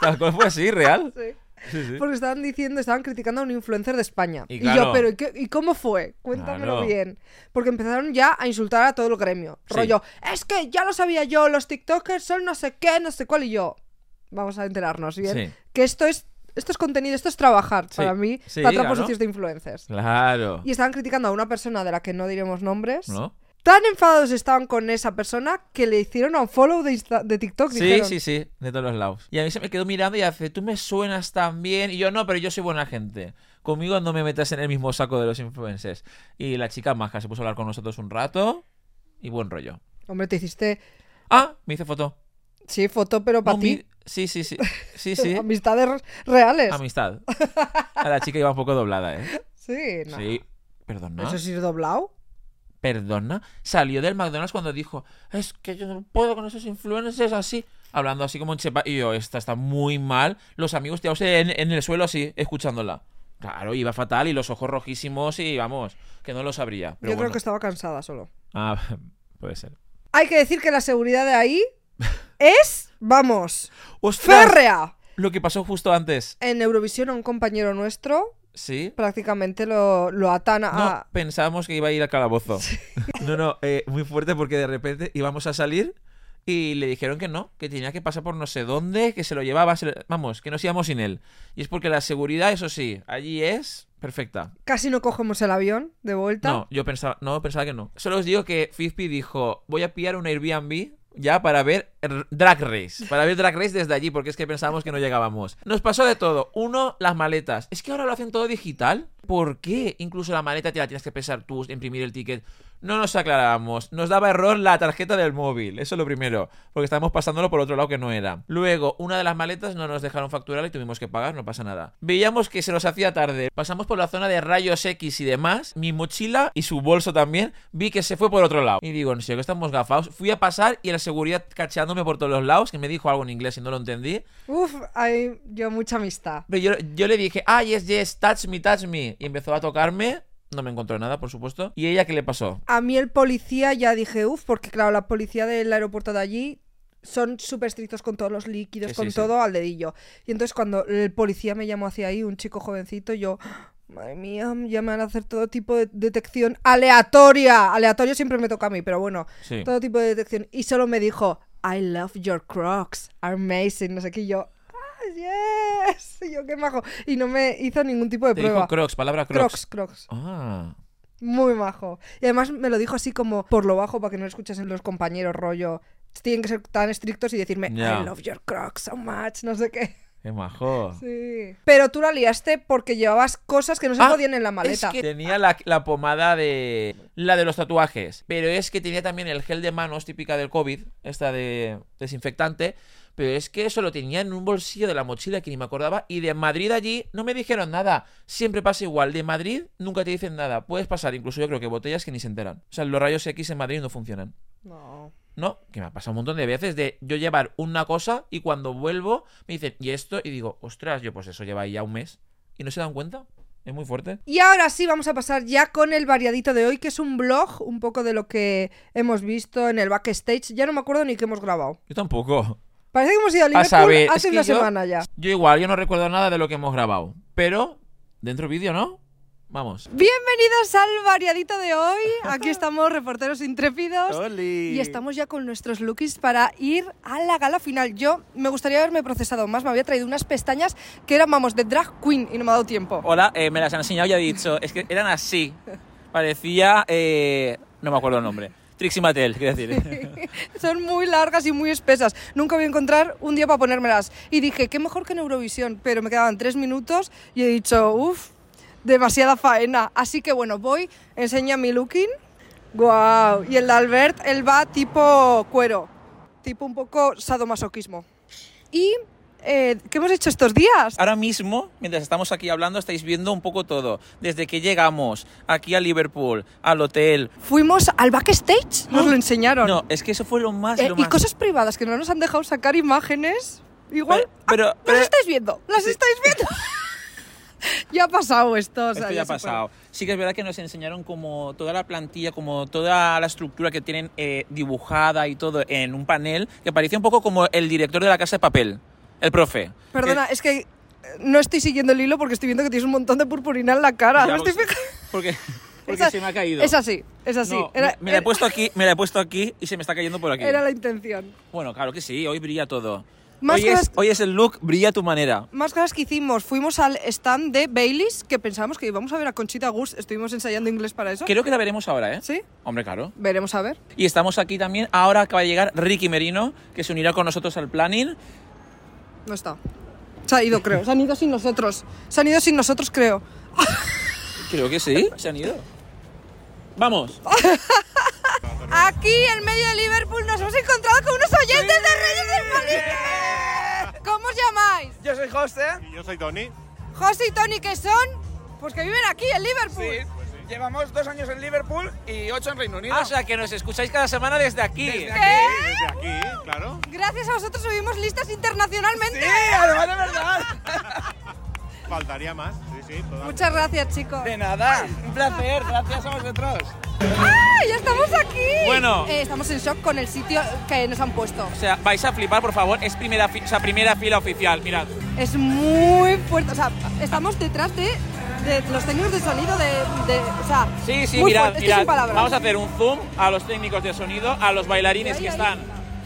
S3: Tal cual fue así, real.
S2: Sí.
S3: Sí, sí.
S2: Porque estaban diciendo, estaban criticando a un influencer de España.
S3: Y
S2: Y,
S3: claro.
S2: yo, pero ¿y, qué- y cómo fue? Cuéntamelo
S3: Claro.
S2: bien. Porque empezaron ya a insultar a todo el gremio.
S3: Sí.
S2: Rollo, es que ya lo sabía yo, los TikTokers son no sé qué, no sé cuál. Y yo, vamos a enterarnos bien.
S3: Sí.
S2: Que esto es, esto es contenido, esto es trabajar
S3: Sí.
S2: para mí,
S3: Sí,
S2: para
S3: claro.
S2: proposiciones de influencers.
S3: Claro.
S2: Y estaban criticando a una persona de la que no diremos nombres.
S3: ¿No?
S2: Tan enfadados estaban con esa persona que le hicieron un follow de, Insta- de TikTok.
S3: Sí,
S2: dijeron.
S3: sí, sí, de todos los lados. Y a mí se me quedó mirando y hace, tú me suenas tan bien. Y yo, no, pero yo soy buena gente. Conmigo no me metas en el mismo saco de los influencers. Y la chica maja se puso a hablar con nosotros un rato y buen rollo.
S2: Hombre, te hiciste,
S3: Ah, me hice foto.
S2: sí, foto, pero para
S3: No,
S2: ti.
S3: mi- Sí, sí, sí. Sí, sí.
S2: Amistades re- reales.
S3: Amistad. A la chica iba un poco doblada, ¿eh?
S2: Sí, no.
S3: Sí. Perdona.
S2: ¿Eso es ir doblado?
S3: Perdona. Salió del McDonald's cuando dijo, es que yo no puedo con esos influencers así. Hablando así como en chepa. Y yo, esta está muy mal. Los amigos tirados en, en el suelo así, escuchándola. Claro, iba fatal y los ojos rojísimos y vamos, que no lo sabría. Pero
S2: Yo
S3: bueno.
S2: creo que estaba cansada solo.
S3: Ah, puede ser.
S2: Hay que decir que la seguridad de ahí es, vamos,
S3: ¡Ostras!
S2: férrea.
S3: Lo que pasó justo antes.
S2: En Eurovisión a un compañero nuestro
S3: ¿Sí?
S2: prácticamente lo, lo atan a...
S3: No, pensábamos que iba a ir al calabozo. No, no, eh, muy fuerte porque de repente íbamos a salir y le dijeron que no, que tenía que pasar por no sé dónde, que se lo llevaba, se lo- vamos, que nos íbamos sin él. Y es porque la seguridad, eso sí, allí es perfecta.
S2: Casi no cogemos el avión de vuelta.
S3: No, yo pensaba, no, pensaba que no. Solo os digo que Fizpi dijo, voy a pillar un Airbnb ya para ver r- Drag Race, para ver Drag Race desde allí, porque es que pensábamos que no llegábamos. Nos pasó de todo. Uno, las maletas. Es que ahora lo hacen todo digital. ¿Por qué? Incluso la maleta te la tienes que pesar tú, imprimir el ticket. No nos aclarábamos. Nos daba error la tarjeta del móvil. Eso es lo primero. Porque estábamos pasándolo por otro lado que no era. Luego, una de las maletas no nos dejaron facturar y tuvimos que pagar, no pasa nada. Veíamos que se nos hacía tarde. Pasamos por la zona de rayos X y demás. Mi mochila y su bolso también. Vi que se fue por otro lado. Y digo, en serio, que estamos gafados. Fui a pasar y la seguridad cacheándome por todos los lados. Que me dijo algo en inglés y no lo entendí.
S2: Uf, hay yo mucha amistad.
S3: Pero yo, yo le dije, ah, yes, yes, touch me, touch me. Y empezó a tocarme. No me encontró nada, por supuesto. ¿Y ella qué le pasó?
S2: A mí el policía ya dije, uf, porque claro, la policía del aeropuerto de allí son súper estrictos con todos los líquidos,
S3: Sí,
S2: con
S3: sí, sí.
S2: todo al dedillo. Y entonces cuando el policía me llamó hacia ahí, un chico jovencito, yo, madre mía, ya me van a hacer todo tipo de detección aleatoria. Aleatorio siempre me toca a mí, pero bueno,
S3: Sí.
S2: todo tipo de detección. Y solo me dijo, I love your crocs, are amazing, no sé qué, y yo... "Ah, Yes, y yo qué majo. Y no me hizo ningún tipo de
S3: Te
S2: prueba.
S3: dijo Crocs, palabra
S2: crocs, crocs.
S3: Ah.
S2: Muy majo. Y además me lo dijo así como por lo bajo para que no lo escuchasen los compañeros, rollo. Tienen que ser tan estrictos y decirme,
S3: Ya.
S2: I love your crocs so much, no sé qué.
S3: Qué majo.
S2: Sí. Pero tú la liaste porque llevabas cosas que no se
S3: Ah,
S2: podían en la maleta.
S3: Es que tenía la, la pomada de. La de los tatuajes. Pero es que tenía también el gel de manos típica del COVID, esta de desinfectante. Pero es que eso lo tenía en un bolsillo de la mochila que ni me acordaba. Y de Madrid allí no me dijeron nada. Siempre pasa igual. De Madrid nunca te dicen nada. Puedes pasar, incluso yo creo que botellas que ni se enteran. O sea, los rayos X en Madrid no funcionan.
S2: No.
S3: No, que me ha pasado un montón de veces de yo llevar una cosa y cuando vuelvo me dicen, ¿y esto? Y digo, ostras, yo pues eso lleva ahí ya un mes. Y no se dan cuenta. Es muy fuerte.
S2: Y ahora sí, vamos a pasar ya con el variadito de hoy, que es un blog, un poco de lo que hemos visto en el backstage. Ya no me acuerdo ni qué hemos grabado.
S3: Yo tampoco.
S2: Parece que hemos ido a
S3: A
S2: Liverpool
S3: saber, es
S2: hace
S3: que
S2: una
S3: yo-
S2: semana ya.
S3: Yo igual, yo no recuerdo nada de lo que hemos grabado. Pero, dentro vídeo, ¿no? Vamos.
S2: Bienvenidos al variadito de hoy. Aquí estamos, reporteros intrépidos.
S3: ¡Oli!
S2: Y estamos ya con nuestros lookies para ir a la gala final. Yo me gustaría haberme procesado más. Me había traído unas pestañas que eran, vamos, de drag queen y no me ha dado tiempo.
S3: Hola, eh, me las han enseñado y he dicho, es que eran así. Parecía, eh, no me acuerdo el nombre. Trixie Mattel, quiero decir.
S2: Son muy largas y muy espesas. Nunca voy a encontrar un día para ponérmelas. Y dije, qué mejor que en Eurovisión. Pero me quedaban tres minutos y he dicho, uff, demasiada faena. Así que bueno, voy, enseña mi looking. Guau. Y el de Albert, él va tipo cuero. Tipo un poco sadomasoquismo. ¿Y eh, qué hemos hecho estos días?
S3: Ahora mismo, mientras estamos aquí hablando, estáis viendo un poco todo. Desde que llegamos aquí a Liverpool, al hotel.
S2: Fuimos al backstage, nos lo enseñaron.
S3: No, es que eso fue lo más.
S2: Eh,
S3: lo
S2: y
S3: más.
S2: cosas privadas que no nos han dejado sacar imágenes. Igual.
S3: Pero- pero-
S2: Ah,
S3: pero-
S2: las estáis viendo, las estáis viendo. ya ha pasado esto. o sea,
S3: Esto ya ha
S2: se puede.
S3: pasado. Sí que es verdad que nos enseñaron como toda la plantilla, como toda la estructura que tienen eh, dibujada y todo en un panel que parecía un poco como el director de la casa de papel, el profe.
S2: Perdona, es que eh, no estoy siguiendo el hilo porque estoy viendo que tienes un montón de purpurina en la cara.
S3: Ya,
S2: me estoy
S3: pues,
S2: fijando.
S3: Porque, porque
S2: Esa-
S3: se me ha caído.
S2: Es así, es así.
S3: No,
S2: era,
S3: me, me la he
S2: era-
S3: puesto aquí, me la he puesto aquí y se me está cayendo por aquí.
S2: era la intención.
S3: Bueno, claro que sí, hoy brilla todo.
S2: Más
S3: hoy, es,
S2: cosas-
S3: hoy es el look, brilla a tu manera.
S2: Más cosas que hicimos. Fuimos al stand de Baileys, que pensábamos que íbamos a ver a Conchita Gust. Estuvimos ensayando inglés para eso.
S3: Creo que la veremos ahora, ¿eh?
S2: ¿Sí?
S3: Hombre, claro.
S2: Veremos a ver.
S3: Y estamos aquí también, ahora acaba de llegar Ricky Merino, que se unirá con nosotros al planning.
S2: No está. Se ha ido, creo. Se han ido sin nosotros. Se han ido sin nosotros, creo.
S3: Creo que sí, se han ido. Vamos.
S2: Aquí, en medio de Liverpool, nos hemos encontrado con unos oyentes de Reyes del Malinche. ¿Cómo os llamáis?
S3: Yo soy José.
S4: Y yo soy Tony.
S2: José y Tony, que son? Pues que viven aquí, en Liverpool.
S5: Llevamos dos años en Liverpool y ocho en Reino Unido.
S3: o sea que nos escucháis cada semana desde aquí.
S2: ¿Eh?
S4: Desde aquí, claro.
S2: Gracias a vosotros subimos listas internacionalmente.
S5: además de verdad.
S4: Faltaría más. Sí, sí, totalmente.
S2: Muchas gracias, chicos.
S5: De nada. Un placer. Gracias a vosotros.
S2: ¡Ah! ¡Ya estamos aquí!
S3: Bueno.
S2: Eh, estamos en shock con el sitio que nos han puesto.
S3: O sea, vais a flipar, por favor. Es primera, fi- o sea, primera fila oficial, mirad.
S2: Es muy fuerte. O sea, estamos detrás de, de los técnicos de sonido de. de- o sea,
S3: Sí, sí,
S2: muy
S3: mirad,
S2: fuerte. Es que
S3: mirad.
S2: sin palabras.
S3: Vamos a hacer un zoom a los técnicos de sonido, a los bailarines
S2: Ahí,
S3: que
S2: ahí.
S3: están,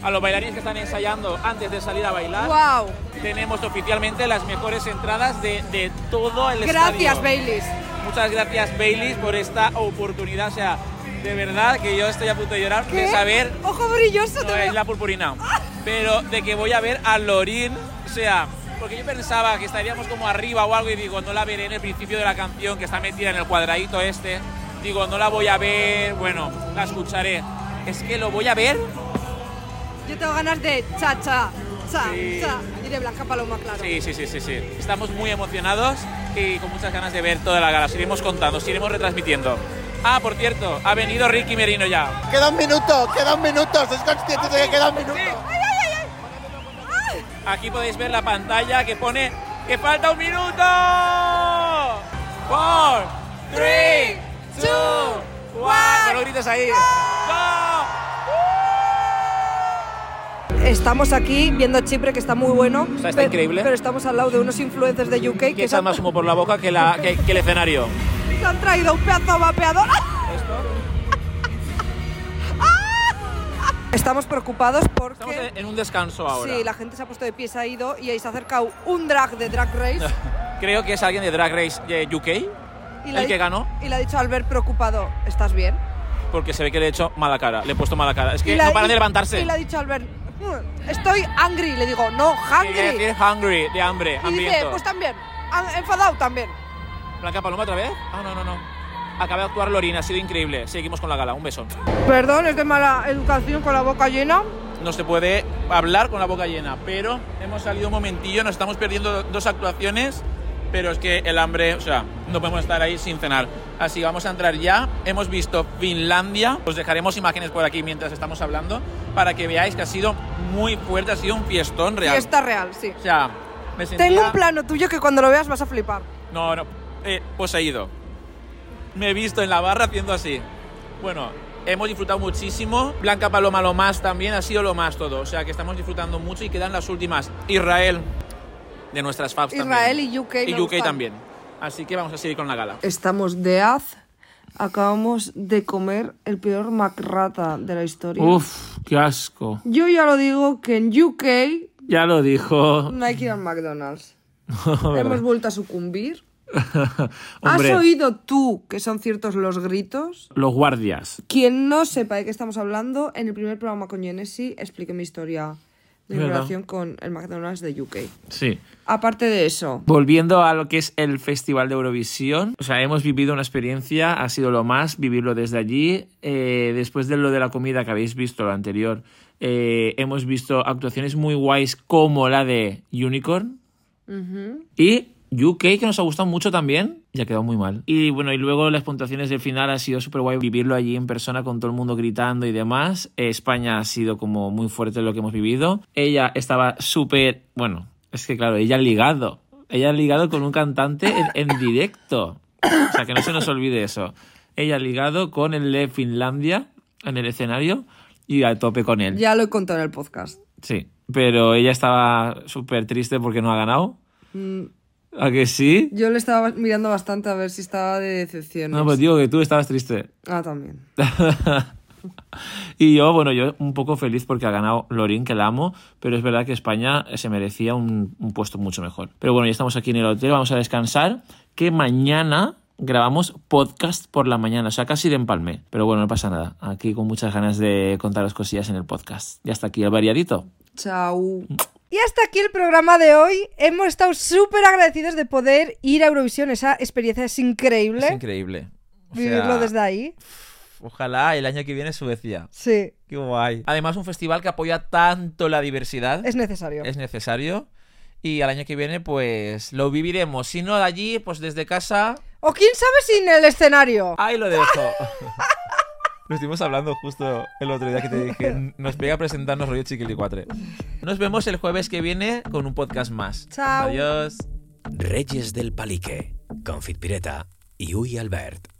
S3: a los bailarines que están ensayando antes de salir a bailar.
S2: ¡Wow!
S3: Tenemos oficialmente las mejores entradas de, de todo el
S2: Gracias,
S3: estadio.
S2: Baileys.
S3: Muchas gracias, Baileys, por esta oportunidad. O sea, de verdad que yo estoy a punto de llorar de saber
S2: Ojo brilloso, te
S3: no
S2: veo.
S3: es la purpurina, pero de que voy a ver a Lorin, o sea, porque yo pensaba que estaríamos como arriba o algo y digo, no la veré en el principio de la canción que está metida en el cuadradito este, digo, no la voy a ver, bueno, la escucharé. Es que lo voy a ver,
S2: Yo tengo ganas de cha, cha, cha,
S3: Sí.
S2: cha. Y de Blanca Paloma, claro.
S3: sí, sí, sí, sí, sí. Estamos muy emocionados y con muchas ganas de ver toda la gala, os iremos contando, os iremos retransmitiendo. Ah, por cierto, ha venido Ricky Merino ya.
S6: Quedan minutos, quedan minutos, ¿es consciente de que quedan minutos?
S3: Aquí podéis ver la pantalla que pone que falta un minuto. 4, 3, 2, 1. No lo grites ahí. ¡Go!
S2: Estamos aquí viendo Chipre, que está muy bueno.
S3: sea, está
S2: pe-
S3: increíble.
S2: Pero estamos al lado de unos influencers de UK que,
S3: Que
S2: se
S3: echan
S2: han,
S3: más humo por la boca que, la, que, que el escenario.
S2: se han traído un pedazo vapeador. ¡Ah! Estamos preocupados porque.
S3: Estamos en- en un descanso ahora.
S2: Sí, la gente se ha puesto de pie, se ha ido y ahí se ha acercado un drag de Drag Race.
S3: Creo que es alguien de Drag Race eh, UK,
S2: y
S3: el
S2: le ha
S3: que
S2: di-
S3: ganó,
S2: Y le ha dicho a Albert preocupado, ¿estás bien?
S3: porque se ve que le he hecho mala cara. Le he puesto mala cara. Es
S2: Y
S3: que
S2: le ha-
S3: no paran
S2: y-
S3: de levantarse.
S2: Y le ha dicho a Albert, "Mm, estoy angry. Le digo, no,
S3: Que quiere
S2: hungry.
S3: decir hungry, de hambre,
S2: Y dice,
S3: hambriento.
S2: pues también, an- enfadado también.
S3: ¿Blanca Paloma otra vez? Ah, no, no, no. Acaba de actuar Lorina, ha sido increíble. Seguimos con la gala, un beso.
S2: Perdón, es de mala educación con la boca llena.
S3: no se puede hablar con la boca llena, pero hemos salido un momentillo, nos estamos perdiendo do- dos actuaciones, pero es que el hambre, o sea, no podemos estar ahí sin cenar. Así que vamos a entrar ya. Hemos visto Finlandia, os dejaremos imágenes por aquí mientras estamos hablando para que veáis que ha sido muy fuerte, ha sido un fiestón
S2: Y
S3: real.
S2: está real, sí.
S3: O sea, me sentía
S2: Tengo un plano tuyo que cuando lo veas vas a flipar.
S3: No, no, eh, poseído. Me he visto en la barra haciendo así. Bueno, hemos disfrutado muchísimo. Blanca Paloma lo más también, ha sido lo más todo. O sea que estamos disfrutando mucho y quedan las últimas. Israel, de nuestras faps
S2: Israel
S3: también.
S2: y UK me
S3: Y UK
S2: gustan.
S3: también.
S7: Así que vamos a seguir con la gala.
S2: Estamos de haz. Acabamos de comer el peor macrata de la historia.
S8: Uf, qué asco.
S2: Yo ya lo digo que en UK
S8: Ya lo dijo.
S2: no hay que ir al McDonald's. Hemos
S8: Hombre.
S2: vuelto a sucumbir. Ah, ¿Has oído tú que son ciertos los gritos?
S8: Los guardias.
S2: Quien no sepa de qué estamos hablando, en el primer programa con Genesi expliqué mi historia de mi
S8: Verdad.
S2: relación con el McDonald's de UK.
S8: Sí.
S2: Aparte de eso,
S8: Volviendo a lo que es el Festival de Eurovisión, o sea, hemos vivido una experiencia, ha sido lo más vivirlo desde allí. Eh, después de lo de la comida que habéis visto, lo anterior, eh, hemos visto actuaciones muy guays como la de Unicorn y UK, que nos ha gustado mucho también, y ha quedado muy mal. Y bueno, y luego las puntuaciones del final ha sido súper guay vivirlo allí en persona con todo el mundo gritando y demás. Eh, España ha sido como muy fuerte lo que hemos vivido. Ella estaba súper, bueno, es que claro, ella ha ligado. Ella ha ligado con un cantante en, en directo. O sea, que no se nos olvide eso. Ella ha ligado con el de Finlandia en el escenario y a tope con él.
S2: ya lo he contado en el podcast.
S8: Sí, pero ella estaba súper triste porque no ha ganado. ¿A que sí?
S2: Yo le estaba mirando bastante a ver si estaba de decepción.
S8: No, pues digo que tú estabas triste.
S2: Ah, también.
S8: y yo, bueno, yo un poco feliz porque ha ganado Lorín, que la amo, pero es verdad que España eh, se merecía un, un puesto mucho mejor. Pero bueno, ya estamos aquí en el hotel, vamos a descansar, que mañana grabamos podcast por la mañana, o sea, casi de empalme. Pero bueno, no pasa nada. Aquí con muchas ganas de contar las cosillas en el podcast. Y hasta aquí el variadito.
S2: Chao.
S3: Mm.
S2: Y hasta aquí el programa de hoy. Hemos estado súper agradecidos de poder ir a Eurovisión. Esa experiencia es increíble.
S3: Es increíble. O sea,
S2: Vivirlo desde ahí.
S3: Ojalá el año que viene Suecia.
S2: Sí,
S3: Qué guay. Además, un festival que apoya tanto la diversidad.
S2: es necesario.
S3: es necesario. Y al año que viene, pues lo viviremos. Si no de allí, pues desde casa.
S2: O quién sabe sin el escenario.
S3: Ahí lo dejo. Lo estuvimos hablando justo el otro día que te dije. Nos pega presentarnos rollo chiquilicuatre. Nos vemos el jueves que viene con un podcast más.
S2: Chao.
S3: Adiós.
S1: Reyes del Palique, Confit Pireta y Uy Albert.